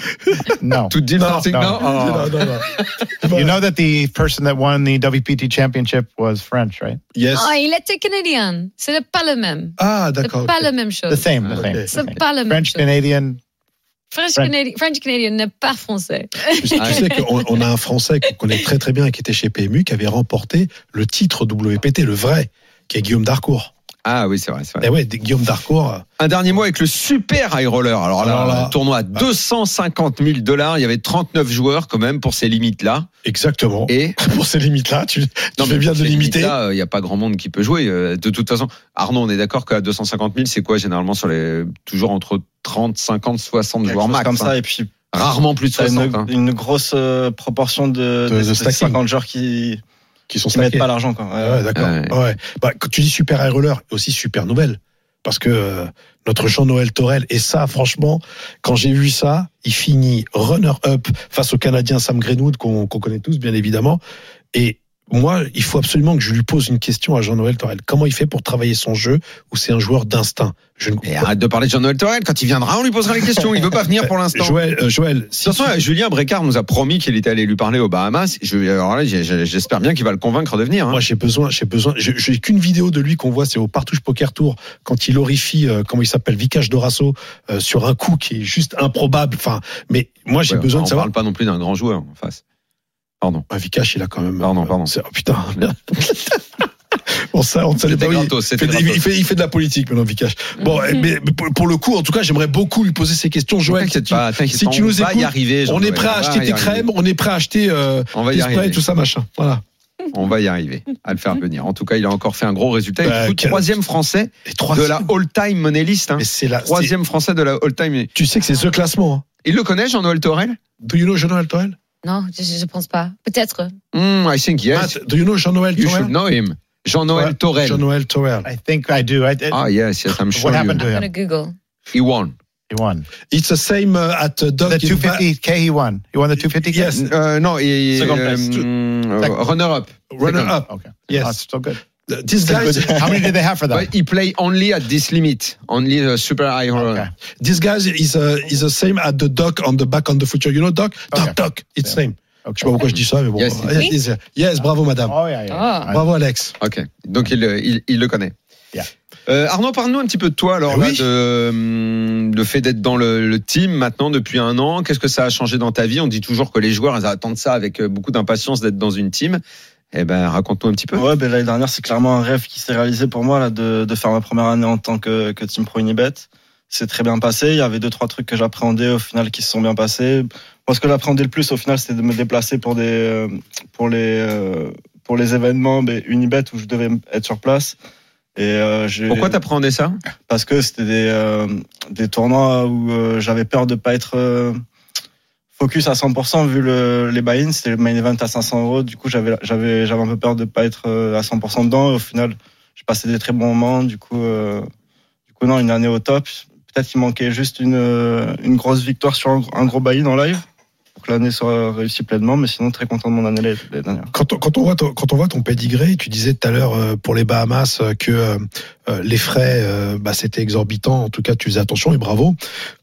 Speaker 7: No.
Speaker 5: to deal something
Speaker 7: no.
Speaker 5: now? Oh.
Speaker 6: No, no, no.
Speaker 7: You know that the person that won the WPT championship was French, right?
Speaker 6: Yes.
Speaker 8: Oh, il était canadien. C'est pas le même.
Speaker 6: Ah
Speaker 8: C'est
Speaker 6: d'accord.
Speaker 8: pas
Speaker 6: ok.
Speaker 8: la même
Speaker 7: The
Speaker 8: chose.
Speaker 7: same, the
Speaker 6: Okay.
Speaker 7: same. the
Speaker 8: C'est
Speaker 7: same.
Speaker 8: pas la même
Speaker 7: French,
Speaker 8: chose.
Speaker 7: Canadian.
Speaker 8: French
Speaker 7: French.
Speaker 8: Canadi- French Canadian n'est pas français.
Speaker 6: Tu sais- tu
Speaker 5: Ah,
Speaker 6: sais qu'on on a un Français qu'on connaît très très bien qui était chez PMU qui avait remporté le titre WPT, le vrai, qui est Guillaume Darcourt.
Speaker 5: Ah oui, c'est vrai, c'est vrai.
Speaker 6: Eh ouais, Guillaume Darcourt. euh,
Speaker 5: Un dernier mot avec le super high roller. Alors là,
Speaker 6: Alors là.
Speaker 5: un tournoi à 250 000 dollars. Il y avait 39 joueurs quand même pour ces limites-là.
Speaker 6: Exactement.
Speaker 5: Et
Speaker 6: pour ces limites-là, tu, tu fais
Speaker 5: mais
Speaker 6: bien de
Speaker 5: ces
Speaker 6: limiter.
Speaker 5: limites-là, euh, Il n'y a pas grand monde qui peut jouer. euh, De toute façon, Arnaud, on est d'accord qu'à 250 000, c'est quoi généralement sur les toujours entre 30, 50, 60
Speaker 9: Quelque
Speaker 5: joueurs
Speaker 9: chose
Speaker 5: max.
Speaker 9: comme
Speaker 5: hein.
Speaker 9: ça, et puis
Speaker 5: Rarement plus de
Speaker 9: t'as
Speaker 5: 60. hein.
Speaker 9: une, une grosse euh, proportion de,
Speaker 6: De- de
Speaker 9: de, de
Speaker 6: stacking.
Speaker 9: 50 joueurs qui,
Speaker 6: qui sont
Speaker 9: qui mettent
Speaker 6: stackés.
Speaker 9: pas l'argent. Quoi.
Speaker 6: Ah ouais, d'accord.
Speaker 5: Ouais.
Speaker 6: Ouais. Bah, quand tu dis super high roller, aussi super nouvelle. Parce que euh, notre Jean-Noël Torel, et ça, franchement, quand j'ai vu ça, il finit runner-up face au Canadien Sam Greenwood, qu'on qu'on connaît tous, bien évidemment. Et moi, il faut absolument que je lui pose une question à Jean-Noël Torel. Comment il fait pour travailler son jeu où c'est un joueur d'instinct Je ne
Speaker 5: Et arrête de parler de Jean-Noël Torel. Quand il viendra, on lui posera les questions. Il veut pas venir pour l'instant. De
Speaker 6: Joël, euh, Joël, si
Speaker 5: toute façon, euh, Julien Brécard nous a promis qu'il était allé lui parler aux Bahamas. Je, alors là, j'ai- j'ai- j'espère bien qu'il va le convaincre de venir. hein.
Speaker 6: Moi, j'ai besoin, j'ai besoin. J'ai j'ai qu'une vidéo de lui qu'on voit, c'est au Partouche Poker Tour quand il horrifie, euh, comment il s'appelle, Vikash Dorasso euh, sur un coup qui est juste improbable. Enfin, mais moi, j'ai
Speaker 5: Ouais,
Speaker 6: besoin
Speaker 5: on
Speaker 6: de savoir.
Speaker 5: parle pas non plus d'un grand joueur en face. Pardon.
Speaker 6: Ah, Vikash, il a quand même.
Speaker 5: Pardon,
Speaker 6: euh,
Speaker 5: pardon.
Speaker 6: c'est- oh, putain. merde. Bon, ça, on ne savait
Speaker 5: C'était
Speaker 6: pas. oui.
Speaker 5: gratos,
Speaker 6: Il
Speaker 5: c'était
Speaker 6: fait, il,
Speaker 5: gratos.
Speaker 6: fait, il fait de la politique maintenant, Vikash. Bon, eh, mais pour, pour le coup, en tout cas, j'aimerais beaucoup lui poser ces questions, Joël.
Speaker 5: T'inquiète
Speaker 6: si tu-
Speaker 5: pas, t'inquiète
Speaker 6: si
Speaker 5: pas,
Speaker 6: tu
Speaker 5: on
Speaker 6: nous
Speaker 5: va y
Speaker 6: écoutes,
Speaker 5: arriver,
Speaker 6: on
Speaker 5: Jean-Noël.
Speaker 6: est prêt à
Speaker 5: On va
Speaker 6: acheter
Speaker 5: y arriver.
Speaker 6: tes crèmes, on est prêt à acheter euh,
Speaker 5: On va y
Speaker 6: tes sprays,
Speaker 5: arriver.
Speaker 6: tout ça, machin. Voilà.
Speaker 5: On va y arriver à le faire venir. En tout cas, il a encore fait un gros résultat. Et
Speaker 6: Bah,
Speaker 5: du coup,
Speaker 6: quel-
Speaker 5: troisième français
Speaker 6: Et trois.
Speaker 5: de la all-time money list. hein.
Speaker 6: Mais c'est la. c'est-
Speaker 5: Troisième français de la all-time.
Speaker 6: Tu sais que c'est ce classement. hein.
Speaker 5: Il le connaît, Jean-Noël Torel
Speaker 6: Do you know Jean-Noël Torel?
Speaker 8: Non, je, je pense pas. Peut-être.
Speaker 5: Hmm, I think yes.
Speaker 6: Matt, do you know Ah, Jean-Noël
Speaker 5: You should
Speaker 6: Torel?
Speaker 5: know him. Jean-Noël
Speaker 6: Ouais,
Speaker 5: Torel.
Speaker 6: Jean-Noël Torel.
Speaker 7: I think I do. I, it,
Speaker 5: Ah, yes, yes, I'm sure.
Speaker 7: What
Speaker 5: you-
Speaker 7: happened to
Speaker 8: I'm gonna
Speaker 7: him?
Speaker 8: Google.
Speaker 5: He won.
Speaker 7: He won.
Speaker 6: It's the same uh, at uh, Dog
Speaker 7: The
Speaker 6: in Ba-
Speaker 7: 250K, he won. He won the 250K?
Speaker 6: Yes.
Speaker 5: Euh, non, et,
Speaker 9: Second place.
Speaker 5: euh,
Speaker 7: Second.
Speaker 5: runner-up.
Speaker 6: runner up.
Speaker 7: Okay.
Speaker 6: Yes.
Speaker 7: Oh, it's still good.
Speaker 6: This guy,
Speaker 7: How many did they have for that?
Speaker 5: But he play only at this limit, only the super high roller.
Speaker 7: Okay.
Speaker 6: this guy is uh, is the same at the Dog on the back on the future. You know Dog, Dog,
Speaker 7: Okay.
Speaker 6: Dog. It's
Speaker 7: Yeah.
Speaker 6: same. Je sais pas
Speaker 7: Okay.
Speaker 6: pourquoi je dis ça, mais bon.
Speaker 5: Yes,
Speaker 6: yes, yes, yes. Yes, bravo madame.
Speaker 7: Oh, yeah, yeah.
Speaker 8: Oh.
Speaker 7: I-
Speaker 6: Bravo Alex.
Speaker 5: Ok, donc il, euh, il, il le connaît.
Speaker 7: Yeah.
Speaker 5: Euh, Arnaud, parle-nous un petit peu de toi. Alors
Speaker 6: Eh
Speaker 5: là,
Speaker 6: oui.
Speaker 5: de, hum, le fait d'être dans le, le team maintenant depuis un an, qu'est-ce que ça a changé dans ta vie On dit toujours que les joueurs ils attendent ça avec euh, beaucoup d'impatience d'être dans une team. Eh ben, raconte-nous un petit peu.
Speaker 9: Ouais, ben l'année dernière, c'est clairement un rêve qui s'est réalisé pour moi là, de, de faire ma première année en tant que, que Team Pro Unibet. C'est très bien passé. Il y avait deux trois trucs que j'appréhendais au final qui se sont bien passés. Moi, ce que j'appréhendais le plus au final, c'était de me déplacer pour des euh, pour les euh, pour les événements mais Unibet où je devais être sur place. Et euh, j'ai-
Speaker 5: Pourquoi t'appréhendais ça
Speaker 9: parce que c'était des, euh, des tournois où euh, j'avais peur de pas être euh, focus à 100% vu le, les buy-ins. C'était le main event à 500 euros. Du coup, j'avais j'avais j'avais un peu peur de pas être euh, à 100% dedans. Et au final, j'ai passé des très bons moments. Du coup, euh, du coup non, une année au top. Peut-être qu'il manquait juste une, euh, une grosse victoire sur un, gros- un gros buy-in en live pour que l'année soit réussie pleinement. Mais sinon, très content de mon année l'année l'année dernière.
Speaker 6: Quand on, quand on voit ton, quand on voit ton pedigree, tu disais tout à l'heure euh, pour les Bahamas euh, que euh, euh, les frais euh, bah, c'était exorbitant. En tout cas, tu faisais attention et bravo.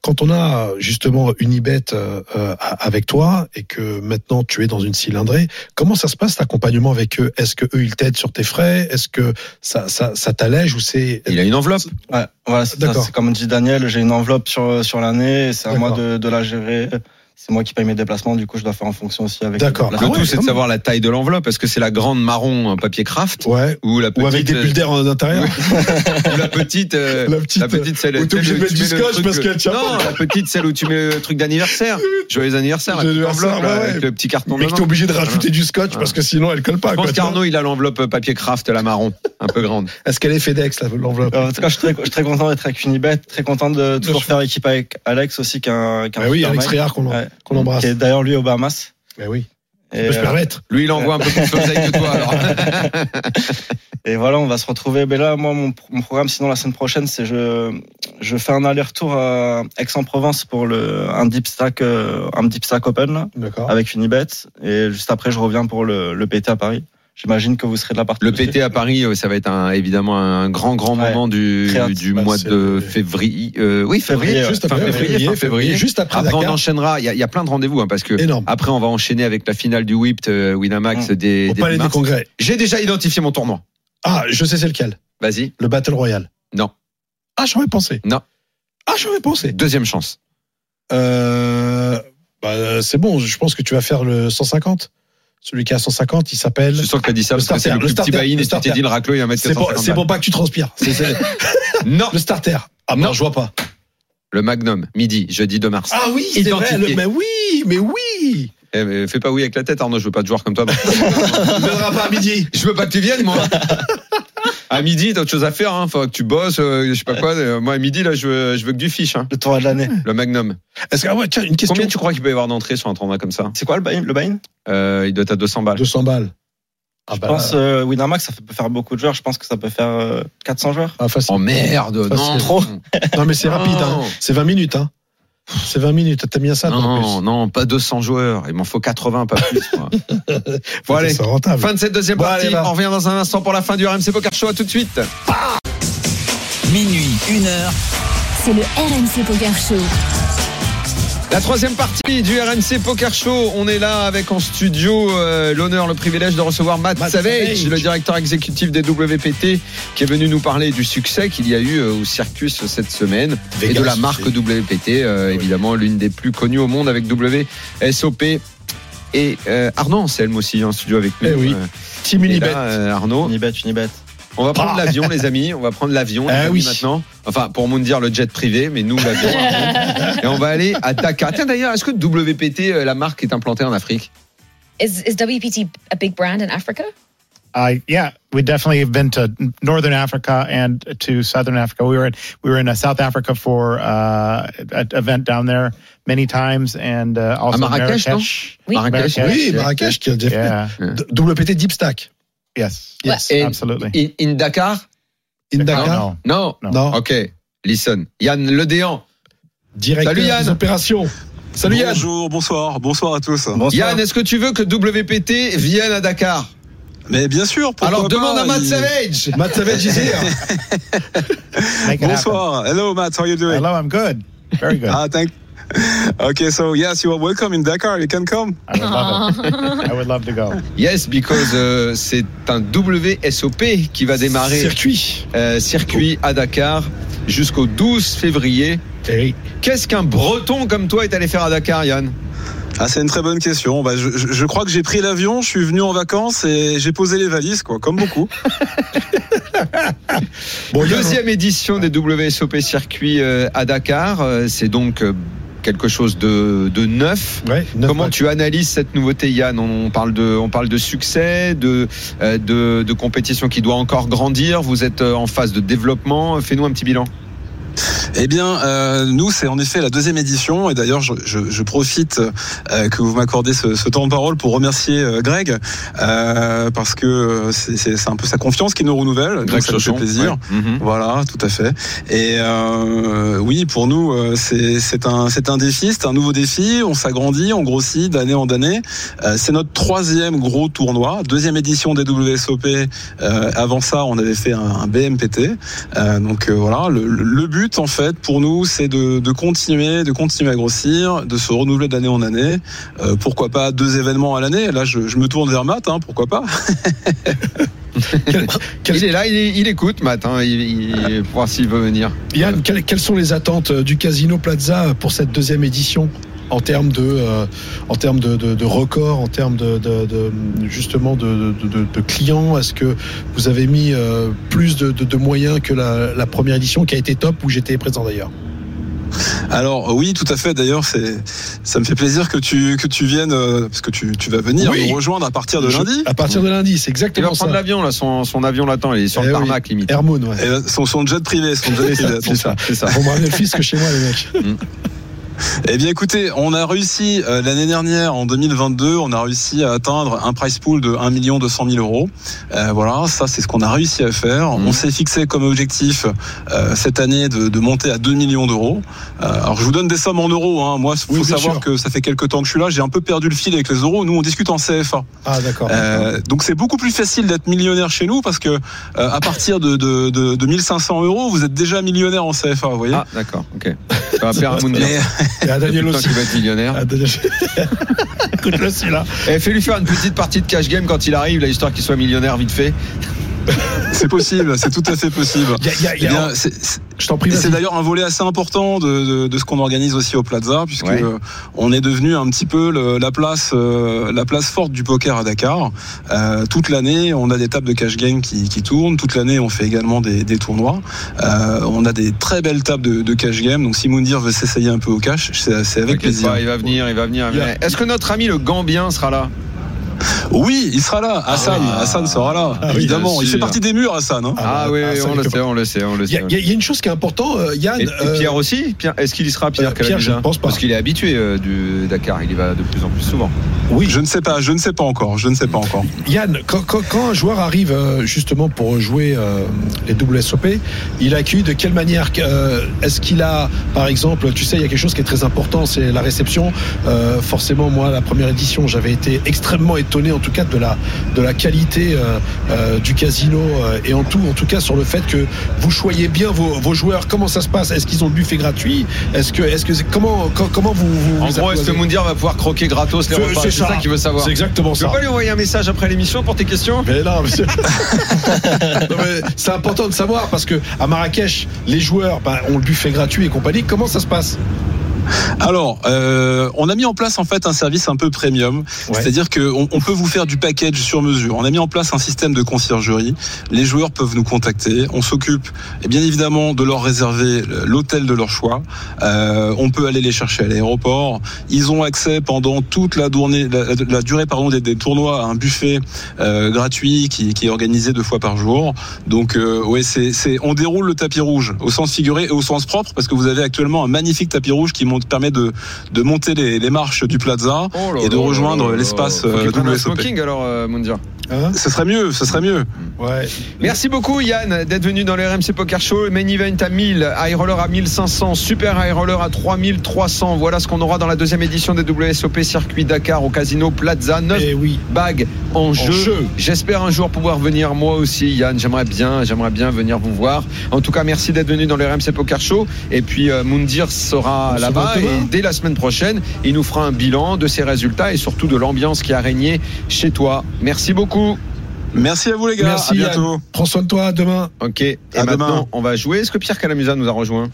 Speaker 6: Quand on a euh, justement Unibet euh, euh, a- avec toi et que maintenant tu es dans une cylindrée, comment ça se passe l'accompagnement avec eux Est-ce que eux ils t'aident sur tes frais Est-ce que ça ça, ça t'allège ou c'est
Speaker 5: Il a une enveloppe.
Speaker 9: Ouais, voilà, c'est ça.
Speaker 6: D'accord.
Speaker 9: C'est comme dit Daniel, j'ai une enveloppe sur, sur l'année, et c'est à moi
Speaker 6: D'accord.
Speaker 9: de, de la gérer. C'est moi qui paye mes déplacements, du coup, je dois faire en fonction aussi avec. les
Speaker 6: D'accord.
Speaker 5: Le
Speaker 9: déplacements.
Speaker 5: tout,
Speaker 6: Ah ouais,
Speaker 5: c'est de
Speaker 6: quand
Speaker 5: savoir la taille de l'enveloppe. Est-ce que c'est la grande marron euh, papier craft
Speaker 6: ouais
Speaker 5: ou la petite euh,
Speaker 6: ou avec des bulles d'air en intérieur
Speaker 5: ou la petite, euh,
Speaker 6: La petite,
Speaker 5: la petite celle,
Speaker 6: où t'es
Speaker 5: celle
Speaker 6: obligé de
Speaker 5: où
Speaker 6: mettre
Speaker 5: tu
Speaker 6: du
Speaker 5: mets le
Speaker 6: scotch
Speaker 5: truc- euh,
Speaker 6: parce qu'elle tient
Speaker 5: Non,
Speaker 6: pas.
Speaker 5: la petite celle où tu mets le truc d'anniversaire. Joyeux anniversaire. La petite
Speaker 6: Anniversaire,
Speaker 5: enveloppe, là,
Speaker 6: ouais, ouais.
Speaker 5: avec le petit carton.
Speaker 6: mais que
Speaker 5: dedans.
Speaker 6: t'es obligé de rajouter du scotch
Speaker 5: Voilà.
Speaker 6: parce que sinon elle colle pas.
Speaker 5: Je pense
Speaker 6: quoi.
Speaker 5: qu'Arnaud, il a l'enveloppe papier craft, la marron, un peu grande.
Speaker 6: Est-ce qu'elle est FedEx la- l'enveloppe
Speaker 9: Euh, En tout cas, je suis très, je suis très content d'être avec Unibet, très content de toujours faire équipe avec Alex aussi, qui est un, qui est un
Speaker 6: Bah Oui,
Speaker 9: super
Speaker 6: Alex
Speaker 9: mec.
Speaker 6: Réard qu'on
Speaker 9: Ouais.
Speaker 6: qu'on embrasse.
Speaker 9: Qui est d'ailleurs lui au Bahamas.
Speaker 6: Bah oui,
Speaker 9: Et,
Speaker 6: je peux se
Speaker 9: euh,
Speaker 6: permettre.
Speaker 5: Lui, il envoie un peu plus de que toi, alors.
Speaker 9: Et voilà, on va se retrouver. Mais là, moi, mon, pro- mon programme, sinon la semaine prochaine, c'est je je fais un aller-retour à Aix-en-Provence pour le un deep stack euh, un deep stack open là,
Speaker 6: D'accord.
Speaker 9: avec Unibet. Et juste après, je reviens pour le le PT à Paris. J'imagine que vous serez de la partie.
Speaker 5: Le
Speaker 9: aussi.
Speaker 5: PT à Paris, euh, ça va être un, évidemment un grand grand
Speaker 9: Ouais.
Speaker 5: moment du,
Speaker 9: Créatif,
Speaker 5: du
Speaker 6: bah,
Speaker 5: mois
Speaker 6: c'est
Speaker 5: de
Speaker 6: le-
Speaker 5: février. euh, oui, février.
Speaker 9: Février,
Speaker 6: Juste
Speaker 5: fin
Speaker 6: après
Speaker 5: février, fin février.
Speaker 6: Juste après,
Speaker 5: Après, on
Speaker 6: Dakar.
Speaker 5: enchaînera. Il y, a- il y a plein de rendez-vous hein, parce que
Speaker 6: Énorme.
Speaker 5: après, on va enchaîner avec la finale du WIPT euh, Winamax
Speaker 9: Mm.
Speaker 5: des.
Speaker 6: Au
Speaker 5: des
Speaker 6: palais des
Speaker 5: mars.
Speaker 6: congrès.
Speaker 5: J'ai déjà identifié mon tournoi.
Speaker 6: Ah, je sais c'est lequel.
Speaker 5: Vas-y.
Speaker 6: Le Battle Royale.
Speaker 5: Non.
Speaker 6: Ah, j'en ai pensé.
Speaker 5: Non.
Speaker 6: Ah, j'en ai pensé.
Speaker 5: Deuxième chance.
Speaker 6: Euh, bah, c'est bon, je pense que tu vas faire le 150. Celui qui a 150, il s'appelle.
Speaker 5: Je suis sûr que t'as dit ça
Speaker 6: Le
Speaker 5: parce que c'est
Speaker 6: starter,
Speaker 5: le plus
Speaker 6: le
Speaker 5: petit
Speaker 6: starter,
Speaker 5: buy-in
Speaker 6: le
Speaker 5: et tu t'es
Speaker 6: starter.
Speaker 5: dit le racleux, il y a un mètre
Speaker 6: C'est bon, c'est bon pas que tu transpires. C'est- c'est-
Speaker 5: Non.
Speaker 6: le starter. Ah, non,
Speaker 5: Non.
Speaker 6: je vois pas.
Speaker 5: Le Magnum, midi, jeudi 2 mars.
Speaker 6: Ah oui, c'est vrai.
Speaker 5: Identifié.
Speaker 6: le- mais oui, mais oui.
Speaker 5: Eh, mais fais pas oui avec la tête, Arnaud, je veux pas te joueur comme toi.
Speaker 6: Il viendra pas à midi.
Speaker 5: je veux pas que tu viennes, moi. À midi, t'as autre chose à faire, hein. Faut que tu bosses, euh, je sais pas quoi. Euh, Moi, à midi, là, je veux, je veux que du fiche, hein.
Speaker 9: le tournoi de l'année.
Speaker 5: Le Magnum.
Speaker 6: Est-ce que, ah ouais, tiens, une question.
Speaker 5: Combien tu crois qu'il peut y avoir d'entrées sur un tournoi comme ça
Speaker 9: C'est quoi le buy-in Le buy-in
Speaker 5: euh, Il doit être à 200 balles.
Speaker 6: 200 balles. Ah,
Speaker 9: Je
Speaker 6: bah,
Speaker 9: pense euh, Winamax, ça peut faire beaucoup de joueurs. Je pense que ça peut faire euh, 400 joueurs.
Speaker 6: ah, facile.
Speaker 5: Oh merde, non.
Speaker 6: Facile. Non, mais c'est rapide, hein. C'est 20 minutes, hein. C'est 20 minutes. T'as mis à ça, toi,
Speaker 5: Non,
Speaker 6: en
Speaker 5: non, pas 200 joueurs. Il m'en faut 80, pas plus, moi.
Speaker 6: plus.
Speaker 5: Bon, allez.
Speaker 6: C'est rentable.
Speaker 5: Fin de cette deuxième
Speaker 6: Ah Bon,
Speaker 5: partie.
Speaker 6: allez, va.
Speaker 5: On revient dans un instant pour la fin du RMC Poker Show. À tout de suite.
Speaker 4: Minuit, 1 heure.
Speaker 3: C'est le RMC Poker Show.
Speaker 5: La troisième partie du RMC Poker Show. On est là avec en studio euh, l'honneur, le privilège de recevoir Matt,
Speaker 6: Matt
Speaker 5: Savage,
Speaker 6: Savage.
Speaker 5: le directeur exécutif des WPT, qui est venu nous parler du succès qu'il y a eu euh, au Circus cette semaine et
Speaker 6: Vegas,
Speaker 5: de la marque
Speaker 6: c'est-
Speaker 5: WPT, euh, évidemment l'une des plus connues au monde avec WSOP. Et euh, Arnaud Anselme aussi en studio avec nous.
Speaker 6: Eh oui.
Speaker 5: Euh,
Speaker 6: Team
Speaker 5: et
Speaker 6: Unibet.
Speaker 5: là, euh, Arnaud,
Speaker 9: Unibet, Unibet.
Speaker 5: on va prendre
Speaker 6: Ah.
Speaker 5: l'avion, les amis. On va prendre l'avion les
Speaker 6: Ah
Speaker 5: amis,
Speaker 6: oui.
Speaker 5: maintenant. Enfin, pour dire le jet privé, mais nous, l'avion. et on va aller à Dakar. Tiens, d'ailleurs, est-ce que WPT, euh, la marque, est implantée en Afrique
Speaker 8: Is, is WPT a big brand in Africa?
Speaker 7: Uh, yeah, we definitely have been to northern Africa and to southern Africa. We were in, we were in uh, South Africa for uh, an event down there many times, and uh, also
Speaker 5: Marrakech, no?
Speaker 7: Marrakech.
Speaker 8: Oui.
Speaker 5: Marrakech,
Speaker 6: Oui,
Speaker 5: yeah.
Speaker 6: Marrakech qui a déjà fait.
Speaker 7: Yeah.
Speaker 6: D- WPT Deep Stack.
Speaker 7: Yes.
Speaker 6: Yes.
Speaker 5: Et-
Speaker 7: Absolutely.
Speaker 5: In, in Dakar
Speaker 6: In
Speaker 7: No,
Speaker 6: Dakar.
Speaker 7: no.
Speaker 5: Ah, Non.
Speaker 7: Non.
Speaker 6: Ah Non.
Speaker 5: Ok. Listen. Yann Le Déant.
Speaker 6: Directeur
Speaker 5: Salut, Yann.
Speaker 6: des opérations. Salut Yann.
Speaker 10: Bonjour, bonsoir, bonsoir à tous.
Speaker 6: Ah.
Speaker 5: Yann, est-ce que tu veux que WPT vienne à Dakar
Speaker 10: Mais bien sûr, pourquoi
Speaker 5: Alors demande
Speaker 10: pas,
Speaker 5: à Matt
Speaker 10: il-
Speaker 5: Savage.
Speaker 6: Matt Savage is here.
Speaker 7: Make it happen.
Speaker 10: Bonsoir. Hello, Matt. How are you doing?
Speaker 7: Hello, I'm good. Very good.
Speaker 10: Ah, thank. Okay, so yes, you are welcome in Dakar. You can come.
Speaker 7: I would love it. I would love to go.
Speaker 5: Yes, because euh, c'est un WSOP qui va démarrer
Speaker 6: Circuit.
Speaker 5: euh, circuit à Dakar jusqu'au 12 février.
Speaker 6: Eh oui.
Speaker 5: Qu'est-ce qu'un breton comme toi est allé faire à Dakar, Yann
Speaker 10: Ah, c'est une très bonne question. Bah, je, je- je crois que j'ai pris l'avion, je suis venu en vacances et j'ai posé les valises, quoi, comme beaucoup.
Speaker 6: Bon, Yann,
Speaker 5: Deuxième édition des WSOP circuit euh, à Dakar. Euh, C'est donc euh, quelque chose de, de neuf.
Speaker 6: Ouais, neuf
Speaker 5: Comment
Speaker 6: matchs.
Speaker 5: tu analyses cette nouveauté, Yann on, on parle de, on parle de succès, de, euh, de, de compétition qui doit encore grandir. Vous êtes euh, en phase de développement. Fais-nous un petit bilan.
Speaker 10: Eh bien, euh, nous, c'est en effet la deuxième édition. Et d'ailleurs, je, je- je profite euh, que vous m'accordez ce, ce temps de parole pour remercier euh, Greg, euh, parce que euh, c'est- c'est c'est un peu sa confiance qui nous renouvelle. donc ça nous fait
Speaker 5: Chauchon,
Speaker 10: plaisir.
Speaker 5: ouais. Mhm.
Speaker 10: Voilà, tout à fait. Et euh, oui, pour nous, euh, c'est c'est un, c'est un défi, c'est un nouveau défi. On s'agrandit, on grossit d'année en année. Euh, c'est notre troisième gros tournoi, deuxième édition des WSOP. Euh, avant ça, on avait fait un, un BMPT. Euh, donc euh, voilà, le, le but en fait pour nous, c'est de, de continuer, de continuer à grossir, de se renouveler d'année en année. Euh, pourquoi pas deux événements à l'année Là, je, je me tourne vers Matt, hein, pourquoi pas
Speaker 6: Quel-
Speaker 5: Il est là, il, est- il écoute, Matt, hein, il, il- pour voir s'il veut venir.
Speaker 6: Yann, quelles, quelles sont les attentes euh, du Casino Plaza pour cette deuxième édition en termes de, euh, en termes de, de, de records, en termes de, de- de- justement de, de- de- de clients Est-ce que vous avez mis euh, plus de, de- de moyens que la, la première édition qui a été top où j'étais présent d'ailleurs
Speaker 10: Alors euh, oui, tout à fait. D'ailleurs, c'est ça me fait plaisir que tu que tu viennes euh, parce que tu, tu vas venir
Speaker 6: Oui.
Speaker 10: nous rejoindre à partir de
Speaker 6: Je-
Speaker 10: lundi.
Speaker 6: À partir de lundi, c'est
Speaker 5: Il va
Speaker 6: exactement
Speaker 5: prendre
Speaker 6: ça.
Speaker 5: l'avion, là, son, son avion l'attend. Il est sur
Speaker 6: Eh
Speaker 5: le
Speaker 6: oui.
Speaker 5: tarmac, limite.
Speaker 6: Airmoon, ouais.
Speaker 9: euh,
Speaker 10: Et là, son, son jet privé, son jet privé.
Speaker 6: C'est ça,
Speaker 10: attention.
Speaker 5: C'est ça.
Speaker 6: Vous me ramenez le fisc chez moi, les mecs.
Speaker 9: Eh bien, écoutez, on a réussi euh, l'année dernière, en 2022, on a réussi à atteindre un price pool de 1 million 200 000 euros. Euh, voilà, ça c'est ce qu'on a réussi à faire.
Speaker 6: Mhm.
Speaker 9: On s'est fixé comme objectif euh, cette année de, de monter à 2 millions d'euros. Euh, alors, je vous donne des sommes en euros. Hein. Moi, faut
Speaker 6: Oui, bien
Speaker 9: savoir
Speaker 6: sûr.
Speaker 9: que ça fait quelques temps que je suis là. J'ai un peu perdu le fil avec les euros. Nous, on discute en CFA.
Speaker 6: Ah, d'accord.
Speaker 9: Euh, donc c'est beaucoup plus facile d'être millionnaire chez nous parce que euh, à partir de, de, de, de 1500 euros, vous êtes déjà millionnaire en CFA,
Speaker 6: Eh
Speaker 9: vous voyez.
Speaker 5: Ah, d'accord, ok. Ça va faire un monde.
Speaker 9: Mais-
Speaker 6: Et à Daniel aussi.
Speaker 5: qui va être millionnaire.
Speaker 6: Ah, Daniel- Écoute-le, celui-là.
Speaker 5: Eh, fais-lui faire une petite partie de cash game quand il arrive, là, histoire qu'il soit millionnaire vite fait.
Speaker 9: c'est possible, c'est tout à fait possible.
Speaker 6: Y a- y a- y
Speaker 9: Eh
Speaker 6: a-
Speaker 9: bien, c'est- c'est-
Speaker 6: Je t'en prie,
Speaker 9: Et c'est
Speaker 6: vas-y.
Speaker 9: d'ailleurs un volet assez important de, de, de ce qu'on organise aussi au Plaza, puisque
Speaker 5: Ouais.
Speaker 9: euh, on est devenu un petit peu le- la place, euh, la place forte du poker à Dakar. Euh, toute l'année, on a des tables de cash game qui, qui tournent. Toute l'année, on fait également des, des tournois. Euh, on a des très belles tables de, de cash game. Donc, si Moundir veut s'essayer un peu au cash, c'est c'est avec
Speaker 5: T'inquiète
Speaker 9: plaisir.
Speaker 6: bah,
Speaker 5: pas, il va venir, il va venir. il va venir. Est-ce que notre ami le Gambien sera là
Speaker 9: Oui, il sera là. Hassan,
Speaker 5: Ah oui.
Speaker 9: Hassan sera là.
Speaker 5: Ah oui,
Speaker 9: évidemment,
Speaker 5: bien
Speaker 9: il
Speaker 5: sûr.
Speaker 9: fait partie des murs, Hassan. hein.
Speaker 5: Ah,
Speaker 6: Ah,
Speaker 5: oui,
Speaker 6: ah,
Speaker 5: oui,
Speaker 6: ça,
Speaker 5: on le
Speaker 6: quelque
Speaker 5: sait, on le sait, on le
Speaker 6: Il y,
Speaker 5: sait.
Speaker 6: a- y a- y a une chose qui est importante, euh, Yann.
Speaker 5: Et, et
Speaker 6: euh,
Speaker 5: Pierre aussi Pierre- Est-ce qu'il y sera Pierre
Speaker 6: euh, Pierre, je
Speaker 5: Calamusa
Speaker 6: ne pense pas.
Speaker 5: Parce qu'il est habitué euh, du Dakar, il y va de plus en plus souvent.
Speaker 9: Oui. Je ne sais pas, je ne sais pas encore. Je ne sais pas encore.
Speaker 6: Yann, quand, quand- quand un joueur arrive euh, justement pour jouer euh, les WSOP, il accueille de quelle manière euh, Est-ce qu'il a, par exemple, tu sais, il y a quelque chose qui est très important, c'est la réception. Euh, forcément, moi, la première édition, j'avais été extrêmement étonné, en tout cas, de la de la qualité euh, euh, du casino euh, et en tout, en tout cas, sur le fait que vous choyez bien vos, vos joueurs. Comment ça se passe Est-ce qu'ils ont le buffet gratuit Est-ce que, est-ce que, comment, co- comment vous, vous
Speaker 5: En gros,
Speaker 6: vous
Speaker 5: est-ce que
Speaker 6: apprivoisez
Speaker 5: Moundir va pouvoir croquer gratos les
Speaker 6: C'est-
Speaker 5: repas
Speaker 6: c'est
Speaker 5: C'est ça,
Speaker 6: ça.
Speaker 5: qu'il veut savoir.
Speaker 6: C'est exactement
Speaker 5: Tu
Speaker 6: ça.
Speaker 5: veux pas lui envoyer un message après l'émission pour tes questions
Speaker 6: Mais non, mais c'est- Non, mais c'est important de savoir parce que à Marrakech, les joueurs bah, ont le buffet gratuit et compagnie. Comment ça se passe
Speaker 9: Alors, euh, on a mis en place en fait un service un peu premium,
Speaker 6: Ouais.
Speaker 9: c'est-à-dire qu'on on peut vous faire du package sur mesure. On a mis en place un système de conciergerie. Les joueurs peuvent nous contacter. On s'occupe, eh bien évidemment, de leur réserver l'hôtel de leur choix. Euh, on peut aller les chercher à l'aéroport. Ils ont accès pendant toute la, journée, la, la- la durée pardon des, des tournois à un buffet euh, gratuit qui, qui est organisé deux fois par jour. Donc, euh, ouais, c'est, c'est- on déroule le tapis rouge au sens figuré et au sens propre parce que vous avez actuellement un magnifique tapis rouge qui monte, permet de, de monter les, les marches du plaza.
Speaker 5: Oh là
Speaker 9: Et de
Speaker 5: là là
Speaker 9: rejoindre
Speaker 5: là là.
Speaker 9: l'espace,
Speaker 5: Faut qu'il
Speaker 9: euh,
Speaker 5: prenne un
Speaker 9: WSOP.
Speaker 5: smoking alors, euh, Moundir.
Speaker 6: Hein
Speaker 9: Ce serait mieux, ce serait mieux.
Speaker 6: Ouais.
Speaker 5: Merci beaucoup Yann d'être venu dans le RMC Poker Show. Main Event à 1000, High Roller à 1500, Super High Roller à 3300. Voilà ce qu'on aura dans la deuxième édition des WSOP Circuit Dakar au Casino Plaza. 9
Speaker 6: Eh oui.
Speaker 5: bagues en, jeu.
Speaker 6: jeu.
Speaker 5: J'espère un jour pouvoir venir moi aussi Yann. J'aimerais bien, j'aimerais bien venir vous voir. En tout cas, merci d'être venu dans le RMC Poker Show. Et puis euh, Moundir sera
Speaker 6: On se
Speaker 5: là-bas
Speaker 6: voit demain.
Speaker 5: et dès la semaine prochaine, il nous fera un bilan de ses résultats et surtout de l'ambiance qui a régné chez toi. Merci beaucoup.
Speaker 9: Merci à vous les gars. à
Speaker 6: Merci, Yann.
Speaker 9: bientôt.
Speaker 6: Prends soin de toi. à Demain,
Speaker 5: Ok, et
Speaker 9: À
Speaker 5: maintenant
Speaker 9: demain.
Speaker 5: on va jouer. Est-ce que Pierre Calamusa nous a rejoint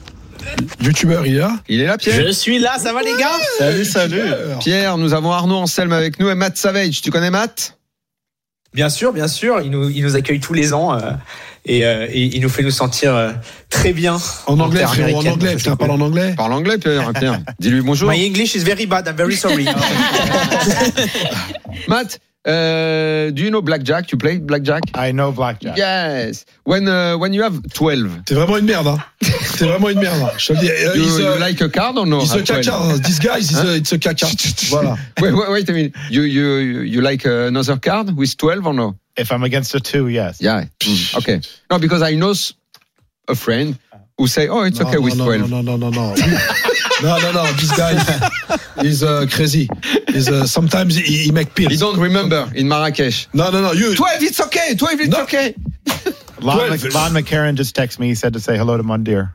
Speaker 6: youtubeur il est là.
Speaker 5: Il est là, Pierre
Speaker 11: Je suis là, ça va les gars
Speaker 12: Salut, salut.
Speaker 5: Pierre, nous avons Arnaud Anselme avec nous et Matt Savage. Tu connais Matt
Speaker 11: Bien sûr, bien sûr, il nous, il nous accueille tous les ans euh, et, euh, et il nous fait nous sentir euh, très bien.
Speaker 6: En anglais,
Speaker 11: terre
Speaker 6: frérot, en
Speaker 11: américaine.
Speaker 6: anglais. Putain, parle en anglais.
Speaker 5: Parle anglais, Pierre. hein, Pierre, dis-lui bonjour.
Speaker 11: My English is very bad, I'm very sorry.
Speaker 5: Matt, euh, do you know blackjack? You play blackjack?
Speaker 7: I know blackjack.
Speaker 5: Yes. When uh, when you have 12,
Speaker 6: C'est vraiment une merde. Hein. C'est vraiment une merde. hein. Je te le dis. Euh,
Speaker 5: you,
Speaker 6: il se-
Speaker 5: you like a card or no?
Speaker 6: il se
Speaker 5: at 12?
Speaker 6: caca. hein. This guy, is a- it's a caca. Voilà.
Speaker 5: Wait, wait, wait a minute. You you you like another card with 12 or no?
Speaker 7: If I'm against a two, yes.
Speaker 5: Yeah. Mm, Okay. No, because I know s- a friend who say, oh, it's
Speaker 6: Non,
Speaker 5: okay
Speaker 6: non,
Speaker 5: with
Speaker 6: non,
Speaker 5: 12.
Speaker 6: Non, non, non, non, non. non, non, non. This guy is uh, crazy. Is uh, sometimes he, he make
Speaker 5: You
Speaker 6: pills.
Speaker 5: don't remember in Marrakesh.
Speaker 6: Non, non, non. You.
Speaker 5: 12, it's okay. 12, it's okay.
Speaker 7: Lon,
Speaker 6: Twelve.
Speaker 7: Mc- Lon McCarran just texted me. He said to say hello to Mundir.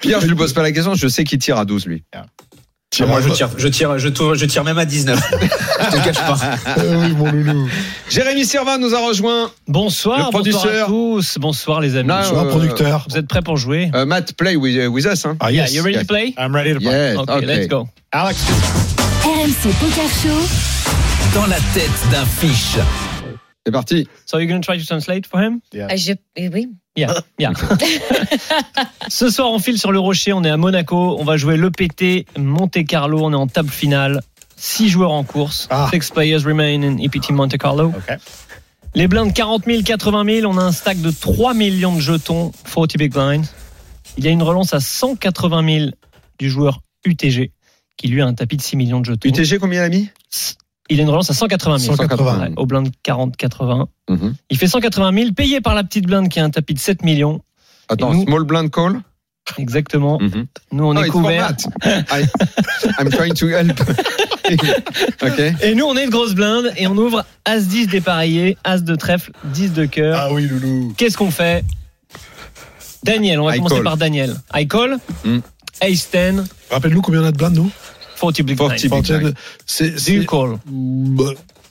Speaker 5: Pierre, je lui pose pas la question. Je sais qu'il tire à 12, lui.
Speaker 11: Ah, moi je tire, je tire, je tourne- je tire même à 19. je te cache pas.
Speaker 6: Euh, oui, mon loulou.
Speaker 5: Jérémy Servin nous a rejoint.
Speaker 13: Bonsoir,
Speaker 5: Le
Speaker 13: bonsoir
Speaker 5: producteur.
Speaker 13: à tous, bonsoir les amis.
Speaker 5: Non,
Speaker 6: Sur un
Speaker 5: euh,
Speaker 6: producteur.
Speaker 13: Vous êtes prêts pour jouer
Speaker 5: Euh, Matt, play with, uh, with us. Hein.
Speaker 6: Ah,
Speaker 13: Yeah,
Speaker 6: yes.
Speaker 13: you ready to play
Speaker 7: I'm ready to play.
Speaker 5: Yes,
Speaker 13: okay,
Speaker 5: okay.
Speaker 13: let's go.
Speaker 7: Alex,
Speaker 3: RMC Poker Show,
Speaker 14: Dans la tête d'un fiche.
Speaker 5: C'est parti.
Speaker 13: So you're going to try to translate for him
Speaker 8: Ah, je- eh oui.
Speaker 13: Yeah, yeah. Ce soir, on file sur le rocher, on est à Monaco, on va jouer le PT Monte Carlo, on est en table finale. Six joueurs en course,
Speaker 6: Ah.
Speaker 13: six players remain in EPT Monte Carlo.
Speaker 7: Okay.
Speaker 13: Les blindes 40 000, 80 000, on a un stack de 3 millions de jetons, 40 big blinds. Il y a une relance à 180 000 du joueur UTG, qui lui a un tapis de 6 millions de jetons.
Speaker 5: UTG, combien il a mis
Speaker 13: il a une relance à 180 000.
Speaker 6: 180.
Speaker 13: Ouais, au blind 40-80. Mm
Speaker 5: Mhm.
Speaker 13: -hmm. Il fait 180 000, payé par la petite blinde qui a un tapis de 7 millions.
Speaker 5: Attends, nous... small blind call Ah,
Speaker 13: Exactement. Mm -hmm. Nous, on oh, est couvert.
Speaker 5: I... I'm trying to help. okay.
Speaker 13: Et nous, on est de grosse blinde et on ouvre As 10 dépareillé, As de trèfle, 10 de cœur.
Speaker 6: Ah oui, loulou.
Speaker 13: Qu'est-ce qu'on fait Daniel, on va I commencer call. par Daniel. I call, mm. Ace 10.
Speaker 6: Rappelle-nous combien on a de blindes, nous
Speaker 13: 40 big 40
Speaker 6: blinds. C'est,
Speaker 13: du call.
Speaker 6: Bah,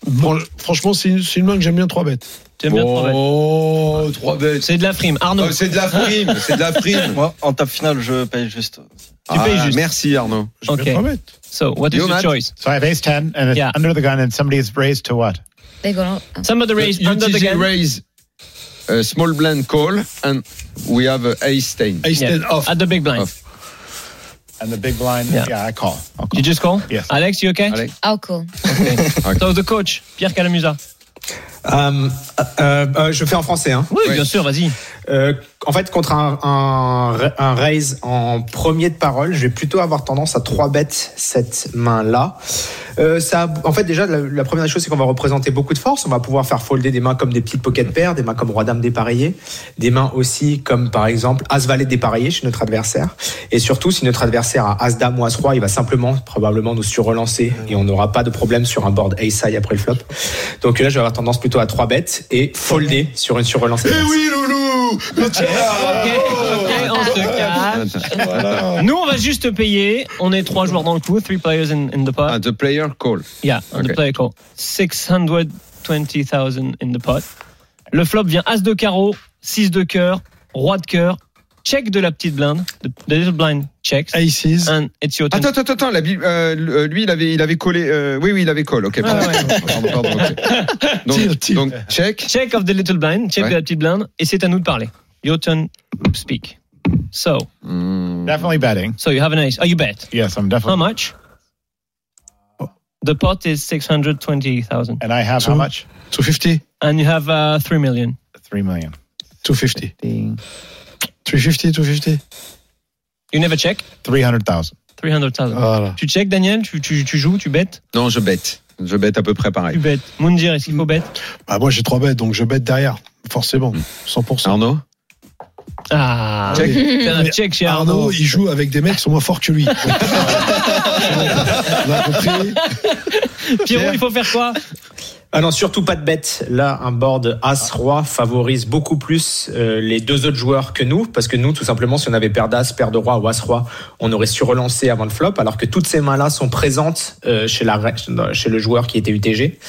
Speaker 6: bon, franchement, c'est une, une main que j'aime bien 3 bêtes.
Speaker 13: J'aime bien 3 bêtes.
Speaker 5: Oh, 3 bêtes.
Speaker 13: C'est de la frime. Arnaud. Oh,
Speaker 5: c'est de la frime. c'est de la frime.
Speaker 15: Moi, en table finale, je paye juste.
Speaker 13: Tu ah, payes juste.
Speaker 5: Merci, Arnaud.
Speaker 13: Okay. So, what you is your choice?
Speaker 7: So I have ace 10 and yeah. it's under the gun and somebody is raised to what?
Speaker 8: They go
Speaker 13: Somebody Uh, raised under the gun.
Speaker 5: raise a Euh, small blind call and we have a ace 10.
Speaker 6: Ace yeah. 10 off.
Speaker 13: At the big blind.
Speaker 7: Off. And the big blind, yeah, yeah I call. call.
Speaker 13: You just call?
Speaker 7: Yes.
Speaker 13: Alex, you okay? Alex.
Speaker 8: I'll call.
Speaker 13: Okay. okay. So the coach, Pierre Calamusa.
Speaker 9: Euh, euh, euh, je fais en français. Hein.
Speaker 13: Oui, oui, bien sûr, vas-y.
Speaker 9: Euh, en fait, contre un, un, un, raise en premier de parole, je vais plutôt avoir tendance à 3 bêtes cette main-là. Euh, ça, en fait, déjà, la, la première chose, c'est qu'on va représenter beaucoup de force. On va pouvoir faire folder des mains comme des petites pocket paires, des mains comme Roi-Dame dépareillé, des mains aussi comme, par exemple, As-Valet dépareillé chez notre adversaire. Et surtout, si notre adversaire a As-Dame ou As-Roi, il va simplement, probablement, nous surrelancer et on n'aura pas de problème sur un board Ace-High après le flop. Donc là, je vais avoir tendance plutôt à 3 bêtes et folder sur une surrelance.
Speaker 5: Eh oui, loulou Le tir
Speaker 13: Oh. okay, okay, on
Speaker 5: Ah,
Speaker 13: se calme. Voilà. Nous, on va juste payer. On est 3 joueurs dans le coup, 3 players in, in, the pot.
Speaker 5: And ah, the player call.
Speaker 13: Yeah, and okay. the player call. 620,000 in the pot. Le flop vient As de carreau, 6 de cœur, Roi de cœur. Check de la petite blinde, the, the little blind checks.
Speaker 6: Aces.
Speaker 13: And it's your turn.
Speaker 5: Attends, attends, attends. La, euh, lui, il avait, il avait collé. Euh, oui, oui, il avait collé. Ok. Pardon, ah ouais. pardon, pardon, pardon okay. Donc, tire, tire. donc, check.
Speaker 13: Check of the little blind. Check ouais. de la petite blinde. Et c'est à nous de parler. Your turn. Speak. So.
Speaker 7: Mm. Definitely betting.
Speaker 13: So you have an ace. Oh, you bet.
Speaker 7: Yes, I'm definitely.
Speaker 13: How much? The pot is 620,000.
Speaker 7: And I have Two, how much?
Speaker 6: 250.
Speaker 13: And you have uh, 3 million.
Speaker 7: 3 million.
Speaker 6: 250. 15. 350, 250.
Speaker 13: You never check
Speaker 7: 300,000.
Speaker 13: 300,000. Voilà. Tu check, Daniel tu, tu, tu, joues Tu bêtes
Speaker 5: Non, je bête. Je bête à peu près pareil.
Speaker 13: Tu bêtes. Moundir, est-ce qu'il faut bête
Speaker 6: bah, Moi, j'ai trois bêtes, donc je bête derrière, forcément,
Speaker 13: Mm.
Speaker 6: 100%.
Speaker 5: Arnaud
Speaker 13: ah, check. un check chez Arnaud. Arnaud.
Speaker 6: il joue avec des mecs qui sont moins forts que lui. euh,
Speaker 13: On a compris. Pierrot, il faut faire quoi
Speaker 9: ah non, surtout pas de bête. Là, un board As-Roi favorise beaucoup plus euh, les deux autres joueurs que nous, parce que nous, tout simplement, si on avait paire d'As, paire de Roi ou As-Roi, on aurait su relancer avant le flop, alors que toutes ces mains-là sont présentes euh, chez, la, chez le joueur qui était UTG.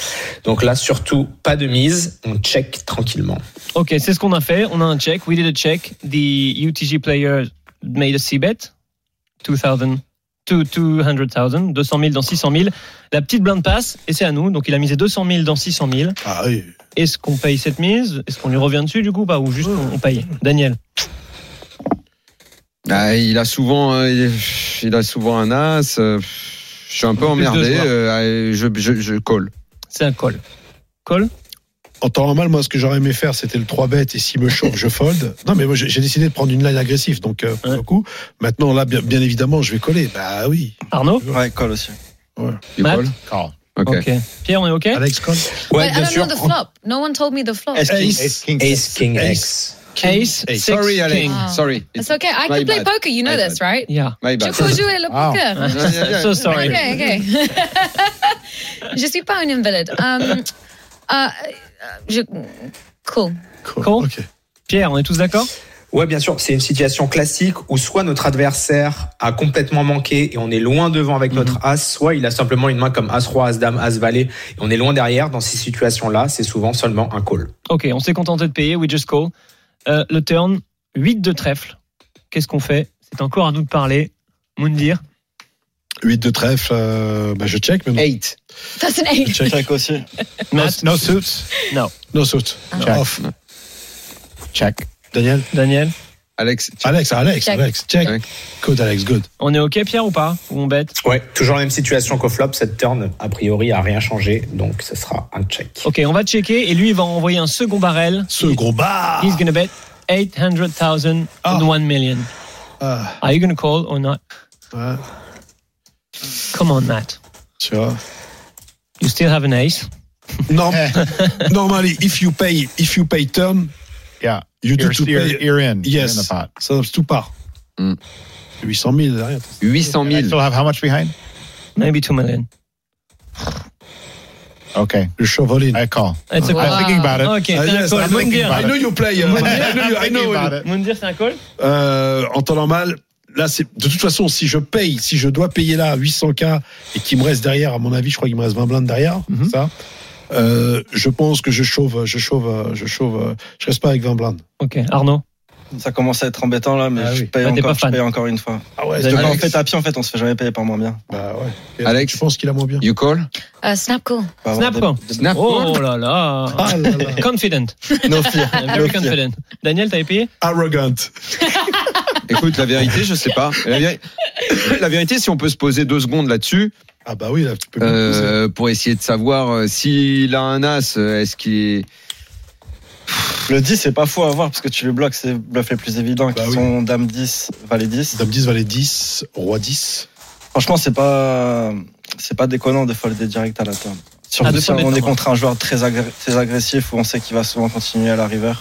Speaker 9: Donc là, surtout pas de mise, on check tranquillement.
Speaker 13: Ok, c'est ce qu'on a fait. On a un check. We did a check. The UTG player made a C-bet. 2000. 200,000, 200 000 dans 600 000. La petite blinde passe, et c'est à nous. Donc il a misé 200 000 dans 600 000.
Speaker 6: Ah oui.
Speaker 13: Est-ce qu'on paye cette mise Est-ce qu'on lui revient dessus du coup bah, Ou juste on, on paye Daniel
Speaker 5: ah, il, a souvent, euh, il a souvent un as. Euh, je suis un peu emmerdé. Euh, je, je, je colle.
Speaker 13: C'est un call. Call
Speaker 6: en temps normal, moi, ce que j'aurais aimé faire, c'était le 3 bêtes et s'il me chauffe, je fold. Non, mais moi, j'ai décidé de prendre une line agressive, donc euh, pour ouais. le coup. Maintenant, là, bien, bien, évidemment, je vais coller. Bah oui.
Speaker 13: Arnaud
Speaker 15: Ouais, colle aussi.
Speaker 6: Ouais.
Speaker 5: Tu
Speaker 13: Matt?
Speaker 5: colles
Speaker 7: Call.
Speaker 13: Okay. ok. Pierre, on est ok
Speaker 6: Alex colle
Speaker 8: Ouais, Wait, bien I don't sûr. Know the flop. No one told me the flop.
Speaker 9: Ace, Ace, King, Ace, King, X.
Speaker 13: Ace, Ace.
Speaker 5: Sorry, Alex.
Speaker 13: Wow.
Speaker 5: Sorry.
Speaker 8: It's, It's okay. I can play bad. poker. You know my this, bad. right?
Speaker 13: Yeah.
Speaker 5: My bad.
Speaker 8: Je peux jouer le poker.
Speaker 13: Oh. yeah, yeah, yeah. so sorry.
Speaker 8: Okay, okay. je suis pas une invalide. Um, euh, je... Cool.
Speaker 13: Cool. cool. Okay. Pierre, on est tous d'accord
Speaker 9: Ouais, bien sûr, c'est une situation classique où soit notre adversaire a complètement manqué et on est loin devant avec notre mm -hmm. as, soit il a simplement une main comme as roi, as dame, as valet et on est loin derrière. Dans ces situations-là, c'est souvent seulement un call.
Speaker 13: Ok, on s'est contenté de payer, we just call. Euh, le turn, 8 de trèfle. Qu'est-ce qu'on fait C'est encore à nous de parler. Moundir
Speaker 6: 8 de trèfle, euh, bah je check maintenant.
Speaker 13: 8.
Speaker 8: That's an 8.
Speaker 15: Je check aussi.
Speaker 7: no, no suits.
Speaker 13: No.
Speaker 6: No suits.
Speaker 7: Check. Off. Check.
Speaker 6: Daniel
Speaker 13: Daniel
Speaker 5: Alex. Check.
Speaker 6: Alex, Alex, check. Alex, check. check. Good, Alex, good.
Speaker 13: On est OK, Pierre, ou pas Ou on bête
Speaker 9: Ouais, toujours la même situation qu'au flop. Cette turn, a priori, a rien changé. Donc, ce sera un check.
Speaker 13: OK, on va checker. Et lui, il va envoyer un second barrel.
Speaker 6: Second bar
Speaker 13: He's gonna bet 800,000 and oh. 1 million. Uh,
Speaker 6: Ah.
Speaker 13: Are you going to call or not? Uh, Come on, Matt.
Speaker 6: Sure.
Speaker 13: You still have an ace.
Speaker 6: No.
Speaker 7: Eh.
Speaker 6: Normally, if you pay, if you pay turn,
Speaker 7: yeah,
Speaker 6: you
Speaker 7: you're,
Speaker 6: do to
Speaker 7: you're,
Speaker 6: pay.
Speaker 7: you're in.
Speaker 6: Yes,
Speaker 7: You're in the pot.
Speaker 6: so tout part. Mm. 800 000 derrière.
Speaker 5: 800 000.
Speaker 7: I still have how much behind?
Speaker 13: Maybe 2 million.
Speaker 7: Okay.
Speaker 6: You're shoveling.
Speaker 7: I call.
Speaker 13: It's
Speaker 7: a call. I'm thinking about it.
Speaker 13: Okay,
Speaker 6: Ah,
Speaker 13: c'est
Speaker 6: yes,
Speaker 13: un call.
Speaker 6: I'm thinking
Speaker 13: Mundir.
Speaker 6: about it. I know you play. uh, I know you- I know you-
Speaker 13: Mundir, c'est un call
Speaker 6: Euh, en temps normal, là, c'est de toute façon, si je paye, si je dois payer là 800K et qu'il me reste derrière, à mon avis, je crois qu'il me reste 20 blindes derrière,
Speaker 7: Mhm.
Speaker 6: ça. euh, je pense que je chauffe, je chauffe, je chauffe, je reste pas avec 20 blindes.
Speaker 13: Ok, Arnaud.
Speaker 16: Ça commence à être embêtant là, mais
Speaker 6: Ah
Speaker 16: je,
Speaker 6: oui.
Speaker 16: paye
Speaker 13: Là, t'es
Speaker 16: encore,
Speaker 13: pas
Speaker 16: je
Speaker 13: fan.
Speaker 16: paye encore une fois.
Speaker 6: Ah ouais,
Speaker 13: Vous avez
Speaker 16: Quand on
Speaker 13: Alex.
Speaker 16: fait tapis, en fait, on se fait jamais payer par moins bien.
Speaker 6: bah ouais. Et
Speaker 5: Alex.
Speaker 6: je pense qu'il a moins bien.
Speaker 5: You call
Speaker 8: Euh, snap call.
Speaker 16: On peut avoir
Speaker 13: Snap,
Speaker 16: des-
Speaker 13: quoi.
Speaker 16: des-
Speaker 5: Snap
Speaker 13: Oh là là.
Speaker 6: Ah là là.
Speaker 13: Confident.
Speaker 5: No fear. No
Speaker 13: Very
Speaker 5: fear.
Speaker 13: confident. Daniel, t'avais payé
Speaker 6: Arrogant.
Speaker 5: Écoute, la vérité, je sais pas. La, véri- la vérité, si on peut se poser deux secondes là-dessus,
Speaker 6: Ah bah oui, là, tu peux. plus
Speaker 5: euh, pour essayer de savoir euh, s'il a un as, euh, est-ce qu'il.
Speaker 16: Le 10, c'est pas fou à avoir parce que tu le bloques, c'est le bluff les plus évidents
Speaker 6: Bah
Speaker 16: qui
Speaker 6: oui.
Speaker 16: sont dame 10, valet 10.
Speaker 6: Dame 10, valet 10, roi 10.
Speaker 16: Franchement, c'est pas, c'est pas déconnant de folder direct à la turn. Surtout
Speaker 13: Ah, de
Speaker 16: si
Speaker 13: folder
Speaker 16: on est
Speaker 13: turn.
Speaker 16: contre un joueur très, agré- très agressif où on sait qu'il va souvent continuer à la river.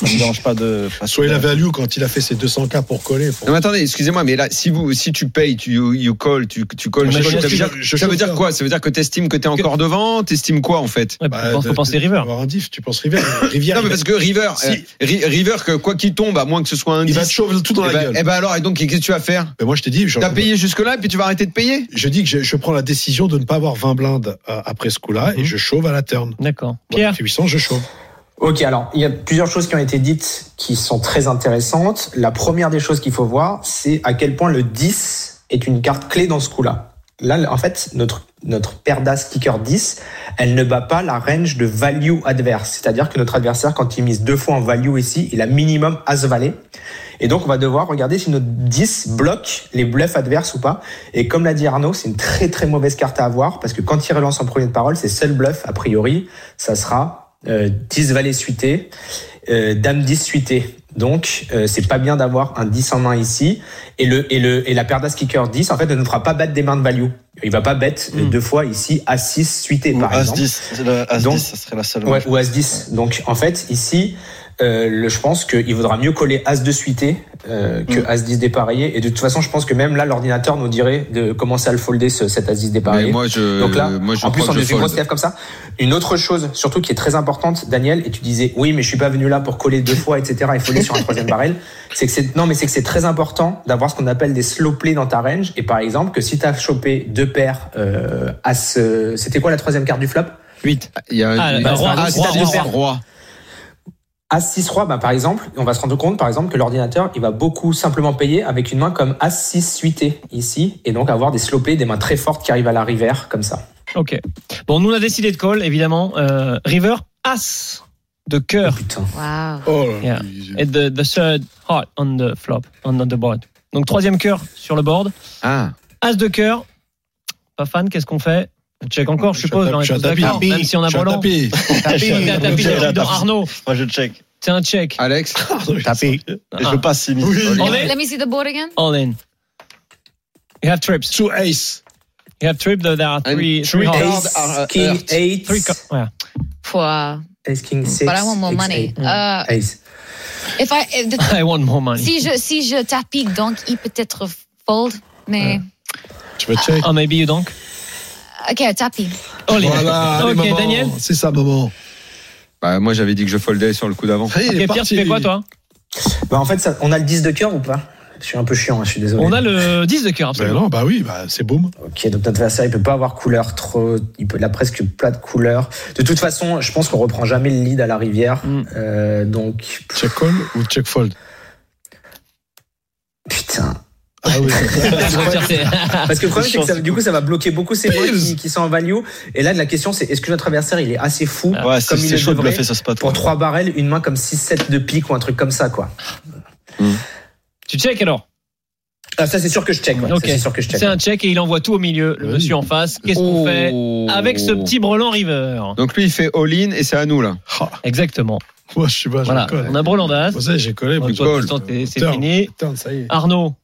Speaker 16: Ça me dérange pas de.
Speaker 6: Soit il a value quand il a fait ses 200K pour coller. pour-
Speaker 5: Non, mais attendez, excusez-moi, mais là, si vous, si tu payes, tu you, you call, tu tu calls,
Speaker 13: Mais
Speaker 5: tu
Speaker 13: je-
Speaker 5: calls, ça
Speaker 13: je-
Speaker 5: veut dire,
Speaker 6: Eh ben, je-
Speaker 5: ça veut
Speaker 6: je-
Speaker 5: dire quoi Ça veut dire que t'estimes que t'es encore devant, t'estimes quoi en fait
Speaker 13: Ouais,
Speaker 6: Bah,
Speaker 13: faut- Faut
Speaker 6: de-
Speaker 13: penser
Speaker 6: de-
Speaker 13: River.
Speaker 6: d'avoir un diff, tu penses Rivière. Rivière.
Speaker 5: Non, mais
Speaker 6: il va-
Speaker 5: parce que River,
Speaker 6: Si.
Speaker 5: euh, Ri- River, que quoi qu'il tombe, à moins que ce soit un
Speaker 6: il
Speaker 5: 10,
Speaker 6: va te chauffer tout dans
Speaker 5: eh
Speaker 6: la
Speaker 5: ben,
Speaker 6: gueule.
Speaker 5: eh ben alors, et donc, qu'est-ce que tu vas faire
Speaker 6: Mais moi, je t'ai dit, je-
Speaker 5: T'as payé jusque-là, et puis tu vas arrêter de payer
Speaker 6: je dis que je, je prends la décision de ne pas avoir 20 blindes euh, après ce coup-là et je chauve à la turn.
Speaker 13: D'accord.
Speaker 6: Voilà,
Speaker 13: Mhm. Pierre,
Speaker 6: fait 800, je chauve.
Speaker 9: Ok, alors il y a plusieurs choses qui ont été dites qui sont très intéressantes. La première des choses qu'il faut voir, c'est à quel point le 10 est une carte clé dans ce coup-là. Là, en fait, notre, notre paire d'as kicker 10, elle ne bat pas la range de value adverse. C'est-à-dire que notre adversaire, quand il mise deux fois en value ici, il a minimum as valet. Et donc, on va devoir regarder si notre 10 bloque les bluffs adverses ou pas. Et comme l'a dit Arnaud, c'est une très très mauvaise carte à avoir parce que quand il relance en premier de parole, ses seuls bluffs, a priori, ça sera euh, 10 valets suité, euh, dame 10 suité. Donc, euh, c'est pas bien d'avoir un 10 en main ici. Et, le, et, le, et la paire d'as kicker 10, en fait, ne nous fera pas battre des mains de value. Il va pas bête euh, deux fois ici à 6 suité,
Speaker 16: Hmm. Ou
Speaker 9: par
Speaker 16: As
Speaker 9: exemple.
Speaker 16: 10, c'est le As
Speaker 9: Donc-
Speaker 16: 10, ça serait la seule.
Speaker 9: Ouais, ou As 10. Donc en fait, ici, euh, le- je pense qu'il vaudra mieux coller As 2 suité euh,
Speaker 16: Hmm.
Speaker 9: que As 10 dépareillé. Et de toute façon, je pense que même là, l'ordinateur nous dirait de commencer à le folder, ce, cet As 10 dépareillé.
Speaker 5: Mais moi, je-
Speaker 9: Donc là,
Speaker 5: moi, je
Speaker 9: en plus,
Speaker 5: crois
Speaker 9: on
Speaker 5: que
Speaker 9: a
Speaker 5: je
Speaker 9: fait une grosse
Speaker 5: fold.
Speaker 9: gaffe comme ça. Une autre chose, surtout qui est très importante, Daniel, et tu disais, oui, mais je suis pas venu là pour coller deux fois, etc., et folder sur un troisième barrel. C'est que c'est, non, mais c'est que c'est très important d'avoir ce qu'on appelle des slow plays dans ta range. Et par exemple, que si t'as chopé deux paires, euh, As, euh, c'était quoi la troisième carte du flop?
Speaker 13: 8.
Speaker 5: Il y a
Speaker 13: Ah,
Speaker 5: il y a-
Speaker 13: bah, roi,
Speaker 5: Ah,
Speaker 13: roi,
Speaker 5: c'est-à-dire
Speaker 13: roi,
Speaker 5: roi.
Speaker 9: As-6 roi, bah, par exemple, on va se rendre compte, par exemple, que l'ordinateur, il va beaucoup simplement payer avec une main comme As-6 suité ici, et donc avoir des slow plays, des mains très fortes qui arrivent à la river, comme ça.
Speaker 13: Ok. Bon, nous, on a décidé de call, évidemment. Euh, River, As de cœur.
Speaker 9: Putain.
Speaker 8: Wow.
Speaker 6: Oh là
Speaker 13: Yeah.
Speaker 6: il-
Speaker 13: Et the, the third heart on the flop, on, on the board. Donc troisième cœur sur le board.
Speaker 5: Ah.
Speaker 13: As de cœur. Pas fan, qu'est-ce qu'on fait On check encore, je
Speaker 6: Je suis
Speaker 13: suppose. hein,
Speaker 6: à
Speaker 13: on est
Speaker 6: tapis,
Speaker 13: tous
Speaker 6: je suis à
Speaker 13: d'accord,
Speaker 6: tapis.
Speaker 13: même si on a
Speaker 6: Je suis un
Speaker 13: Roland.
Speaker 6: tapis.
Speaker 13: Tapis, t'as tapis,
Speaker 16: Je suis à
Speaker 13: t'as dit dans
Speaker 16: tapis.
Speaker 13: Arnaud,
Speaker 16: Moi, je check.
Speaker 13: c'est un check.
Speaker 5: Alex
Speaker 7: Tapis.
Speaker 16: Et je passe 6 minutes.
Speaker 13: On est
Speaker 8: Let me see the board again.
Speaker 13: all in. You have trips.
Speaker 6: Two ace.
Speaker 13: You have trips, though there are
Speaker 5: And
Speaker 13: three, three
Speaker 5: three
Speaker 13: hearts.
Speaker 5: cards are,
Speaker 9: Ace,
Speaker 5: uh,
Speaker 9: King
Speaker 5: hurt.
Speaker 9: 8,
Speaker 13: Three cards. Yeah.
Speaker 8: Wow.
Speaker 9: Ace, King 6.
Speaker 8: But I want more money. Uh,
Speaker 9: Ace.
Speaker 8: if I, if the-
Speaker 13: I want more money.
Speaker 8: si je, si je tapis, donc il peut être fold, mais.
Speaker 6: Tu vas check.
Speaker 13: Oh, maybe you donc.
Speaker 8: Ok, tapis.
Speaker 13: All in.
Speaker 6: Voilà. allez,
Speaker 13: ok,
Speaker 6: maman.
Speaker 13: Daniel.
Speaker 6: C'est ça, maman.
Speaker 5: Bah, moi, j'avais dit que je foldais sur le coup d'avant.
Speaker 6: Ça y est, il est
Speaker 13: Ok, Pierre,
Speaker 6: parti.
Speaker 13: tu fais quoi, toi
Speaker 9: Bah, en fait, ça- on a le 10 de cœur ou pas Je suis un peu chiant, hein, je suis désolé.
Speaker 13: On a le 10 de cœur,
Speaker 6: Ben
Speaker 13: absolument.
Speaker 6: non, bah oui, bah, c'est boum.
Speaker 9: Ok, donc notre adversaire, il peut pas avoir couleur trop. Il, peut, il a presque pas de couleur. De toute façon, je pense qu'on reprend jamais le lead à la rivière.
Speaker 13: Mm.
Speaker 9: Euh, donc,
Speaker 6: Check call ou check fold.
Speaker 9: putain.
Speaker 6: Ah oui.
Speaker 13: Ah,
Speaker 9: Parce que le problème, c'est que ça- du coup, ça va bloquer beaucoup ces mots
Speaker 6: Bills.
Speaker 9: qui, qui sont en value. Et là, la question, c'est est-ce que notre adversaire, il est assez fou
Speaker 13: Ah.
Speaker 16: Ouais, c'est
Speaker 9: comme il
Speaker 16: c'est
Speaker 9: le
Speaker 16: chaud de
Speaker 9: devrait
Speaker 16: bluffer ce spot.
Speaker 9: pour trois barrels, une main comme 6-7 de pique ou un truc comme ça, quoi.
Speaker 13: Tu check alors.
Speaker 9: Ah, ça, c'est sûr que je check. ouais. Ça,
Speaker 13: Ok.
Speaker 9: C'est sûr que je check.
Speaker 13: C'est un check et il envoie tout au milieu, le
Speaker 6: Oui.
Speaker 13: monsieur en face. Qu'est-ce qu'on
Speaker 5: Oh.
Speaker 13: fait avec ce petit brelan river
Speaker 6: Ah.
Speaker 5: Donc lui, il fait all-in et c'est à nous là.
Speaker 13: Exactement.
Speaker 6: Moi, je suis pas.
Speaker 13: Voilà.
Speaker 6: je colle.
Speaker 13: On a Brolandas.
Speaker 6: Vous savez, j'ai collé.
Speaker 13: Bon,
Speaker 6: plus
Speaker 13: toi,
Speaker 6: colle.
Speaker 13: Tristan, t'es- c'est
Speaker 6: Putain,
Speaker 13: fini. Ah.
Speaker 6: Putain, ça y est.
Speaker 13: Arnaud.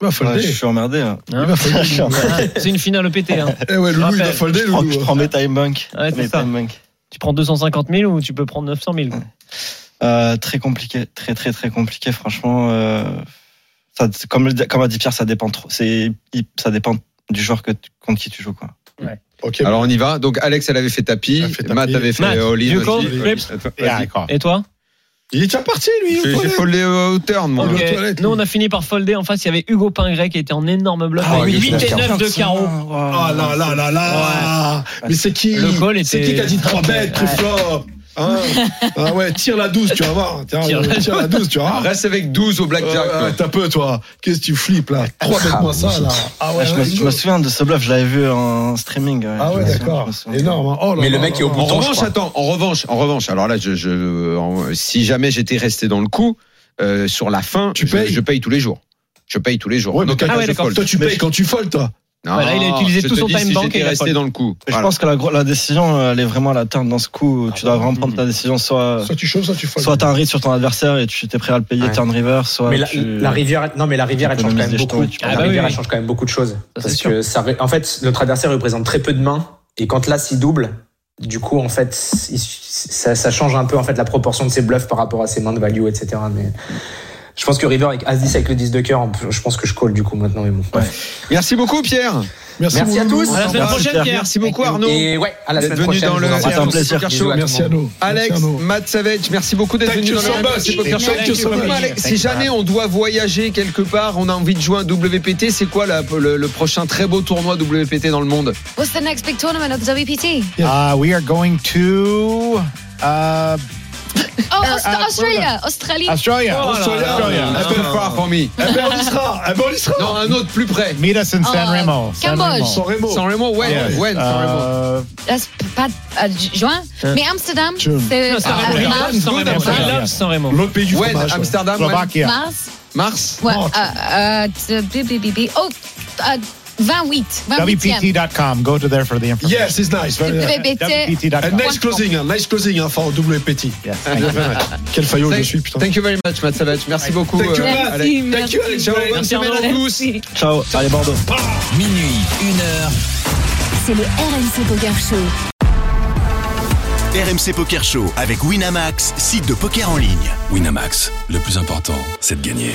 Speaker 6: Il va
Speaker 9: Ouais,
Speaker 6: folder.
Speaker 9: je suis emmerdé. Là.
Speaker 13: hein.
Speaker 6: Il va folder.
Speaker 13: Ah, c'est une finale EPT. Hein.
Speaker 6: Eh ouais, Loulou, il va
Speaker 13: Raphaël.
Speaker 6: folder,
Speaker 9: Je prends,
Speaker 6: Loulou.
Speaker 9: je prends mes time bank.
Speaker 13: Ouais, c'est
Speaker 9: Mes
Speaker 13: ça.
Speaker 9: time bank.
Speaker 13: Tu prends 250 000 ou tu peux prendre 900 000 quoi.
Speaker 9: Euh, très compliqué, très très très compliqué. Franchement, euh, ça, comme comme a dit Pierre, ça dépend trop. C'est ça dépend du joueur que tu- contre qui tu joues quoi.
Speaker 6: Ok.
Speaker 5: Alors on y va. Donc Alex, elle avait fait tapis.
Speaker 6: Elle a fait tapis.
Speaker 5: Matt avait fait
Speaker 13: Matt,
Speaker 5: all in
Speaker 13: you
Speaker 5: aussi.
Speaker 13: call,
Speaker 5: Vas-y,
Speaker 13: Flips
Speaker 5: attends,
Speaker 7: Yeah,
Speaker 5: vas-y.
Speaker 7: I call.
Speaker 13: Et toi
Speaker 6: Il est déjà parti, lui. au
Speaker 5: J'ai j'ai
Speaker 6: toilette.
Speaker 5: foldé euh, au turn, moi.
Speaker 6: Il
Speaker 13: Ok.
Speaker 6: est aux toilettes,
Speaker 13: Nous,
Speaker 6: lui.
Speaker 13: on a fini par folder. En face, il y avait Hugo Pingret qui était en énorme bluff.
Speaker 6: Ah,
Speaker 13: avec
Speaker 6: oui,
Speaker 13: 8 et
Speaker 6: c'est
Speaker 13: 9 de carreau.
Speaker 6: Ah là là là là Mais c'est qui
Speaker 13: Le call
Speaker 6: C'est
Speaker 13: était-
Speaker 6: qui qui a dit 3 bêtes, trou
Speaker 13: Ouais.
Speaker 6: flop Hein Ah ouais, tire la 12, tu vas voir. Tiens, euh,
Speaker 13: Tire
Speaker 6: Tire,
Speaker 13: la
Speaker 6: la 12, tu vas voir.
Speaker 5: Ah, Reste avec 12 au blackjack.
Speaker 6: Euh,
Speaker 5: quoi.
Speaker 6: ouais, T'as peu, toi. Qu'est-ce que tu flippes, là 3 bêtes moins ça, là. Ah ouais,
Speaker 9: je, me,
Speaker 6: ouais,
Speaker 9: je me souviens de ce bluff, je l'avais vu en streaming. ouais.
Speaker 6: Ah
Speaker 9: Je
Speaker 6: ouais,
Speaker 9: me souviens, je
Speaker 6: d'accord.
Speaker 9: me souviens.
Speaker 6: Énorme. hein. Oh là
Speaker 17: Mais le
Speaker 6: là
Speaker 17: mec
Speaker 6: là
Speaker 17: est au
Speaker 6: là.
Speaker 5: En
Speaker 17: bouton, je
Speaker 5: revanche,
Speaker 17: crois.
Speaker 5: attends, en revanche, en revanche, alors là, je, je- en- si jamais j'étais resté dans le coup, euh, sur la fin,
Speaker 6: Tu
Speaker 5: je,
Speaker 6: payes
Speaker 5: je paye tous les jours. Je paye tous les jours.
Speaker 6: Ouais, mais
Speaker 5: Donc,
Speaker 6: t'as-
Speaker 5: là,
Speaker 13: Ah ouais,
Speaker 5: je
Speaker 13: d'accord.
Speaker 5: fold.
Speaker 6: Toi, tu payes quand tu folles, toi.
Speaker 5: Non,
Speaker 13: Voilà, il a utilisé
Speaker 5: je
Speaker 13: tout
Speaker 5: te
Speaker 13: son
Speaker 5: dis,
Speaker 13: time
Speaker 5: si
Speaker 13: bank et
Speaker 5: j'étais
Speaker 13: il a
Speaker 5: resté
Speaker 13: fold.
Speaker 5: dans le coup.
Speaker 9: Mais
Speaker 5: Voilà.
Speaker 9: Je pense que la, gro- la décision, elle est vraiment à la teinte dans ce coup. Tu dois vraiment prendre ta décision,
Speaker 13: Ah.
Speaker 9: soit
Speaker 6: Soit tu chauffes, Ah soit tu folles.
Speaker 9: soit t'as un read sur ton adversaire et tu t'es prêt à le payer
Speaker 18: Ouais.
Speaker 9: turn river, soit
Speaker 18: Mais la,
Speaker 9: tu- Ah,
Speaker 18: la rivière, non, mais la rivière, elle change quand même
Speaker 9: économises des
Speaker 18: beaucoup.
Speaker 9: jetons et tu
Speaker 13: Ah
Speaker 18: la
Speaker 13: bah
Speaker 18: rivière,
Speaker 13: oui,
Speaker 18: elle
Speaker 13: oui.
Speaker 18: change quand même beaucoup de choses.
Speaker 13: c'est
Speaker 18: parce
Speaker 13: sûr.
Speaker 18: que ça, ré- en fait, notre adversaire représente très peu de mains. Et quand là, s'il double, du coup, en fait, il- ça, ça change un peu en fait la proportion de ses bluffs par rapport à ses mains de value, etc. Mais je pense que River avec As 10 avec le 10 de cœur, je pense que je call du coup maintenant. Mais bon.
Speaker 5: Merci beaucoup, Pierre.
Speaker 18: Merci à
Speaker 6: beaucoup.
Speaker 18: tous.
Speaker 13: À la semaine
Speaker 9: Merci,
Speaker 13: prochaine,
Speaker 9: Pierre.
Speaker 13: Pierre.
Speaker 5: Merci beaucoup, Arnaud.
Speaker 18: Et ouais, à la
Speaker 5: D'être
Speaker 18: semaine
Speaker 5: venu
Speaker 18: prochaine.
Speaker 5: dans
Speaker 18: je
Speaker 5: le
Speaker 18: vous embrasse.
Speaker 9: C'était un plaisir.
Speaker 18: Bisous à tout le
Speaker 6: Merci
Speaker 18: monde.
Speaker 6: à nous.
Speaker 5: Alex,
Speaker 6: Merci à nous.
Speaker 5: Matt Savage, merci beaucoup d'être
Speaker 6: Thank
Speaker 5: venu
Speaker 6: you
Speaker 5: dans
Speaker 6: so much.
Speaker 5: le Poker Show.
Speaker 13: Thank you so
Speaker 5: Dis-moi,
Speaker 13: much.
Speaker 5: Alex, Si jamais on doit voyager quelque part, on a envie de jouer un WPT, c'est quoi la- le, le prochain très beau tournoi WPT dans le monde
Speaker 3: What's the next big tournament of the WPT?
Speaker 7: Uh, we are going to uh,
Speaker 3: Oh, Aust- Australia! Australie!
Speaker 7: Australia.
Speaker 13: Oh là
Speaker 7: Australia.
Speaker 13: là.
Speaker 6: Ah.
Speaker 7: Australia.
Speaker 5: Un peu far for me.
Speaker 6: Eh ben, on y sera. Eh ben, on y sera.
Speaker 5: Non, hein. un autre plus près.
Speaker 7: Meet us in San
Speaker 3: Uh,
Speaker 7: Remo. San
Speaker 3: Cambodge.
Speaker 7: Remo.
Speaker 6: Sans Remo.
Speaker 5: San Remo, ouais,
Speaker 7: Yes.
Speaker 6: Ah,
Speaker 5: ouais, San Remo.
Speaker 6: euh,
Speaker 7: Uh,
Speaker 3: Là, Euh, c'est pas à ju- juin, mais Amsterdam,
Speaker 6: June.
Speaker 3: c'est
Speaker 13: Non, c'est
Speaker 9: Ah,
Speaker 3: à-
Speaker 13: Raymond.
Speaker 3: mars.
Speaker 13: Sans Raymond.
Speaker 7: Amsterdam.
Speaker 13: I love Sans Raymond.
Speaker 6: L'autre pays du
Speaker 5: Wen,
Speaker 6: fromage. ouais.
Speaker 5: Amsterdam, Wen,
Speaker 7: Uh, Slovakia.
Speaker 3: Mars.
Speaker 5: Mars.
Speaker 3: Ouais,
Speaker 6: Mars.
Speaker 3: euh, euh, t- bi- bi- bi- bi- Oh, euh, 28. 28e.
Speaker 7: WPT.com. Go to there for the information.
Speaker 6: Yes, it's nice. Very nice.
Speaker 3: WPT.
Speaker 6: A
Speaker 7: WPT.com.
Speaker 6: nice closing, hein, nice closing, hein, enfin, en double petit.
Speaker 7: Yes, thank you.
Speaker 6: Quel faillot Oh, je
Speaker 5: Thank,
Speaker 6: suis, putain.
Speaker 5: thank you very much, Matt Savage. Merci beaucoup.
Speaker 6: Thank you,
Speaker 5: euh,
Speaker 6: Matt.
Speaker 5: Alex.
Speaker 6: Thank you, Alex.
Speaker 5: Ciao, bonne
Speaker 13: Merci,
Speaker 5: semaine à
Speaker 13: Arnaud.
Speaker 5: tous.
Speaker 9: Ciao, allez Bordeaux.
Speaker 4: Minuit, 1 heure.
Speaker 3: C'est le RMC Poker Show.
Speaker 1: RMC Poker Show avec Winamax, site de poker en ligne.
Speaker 2: Winamax, le plus important, c'est de gagner.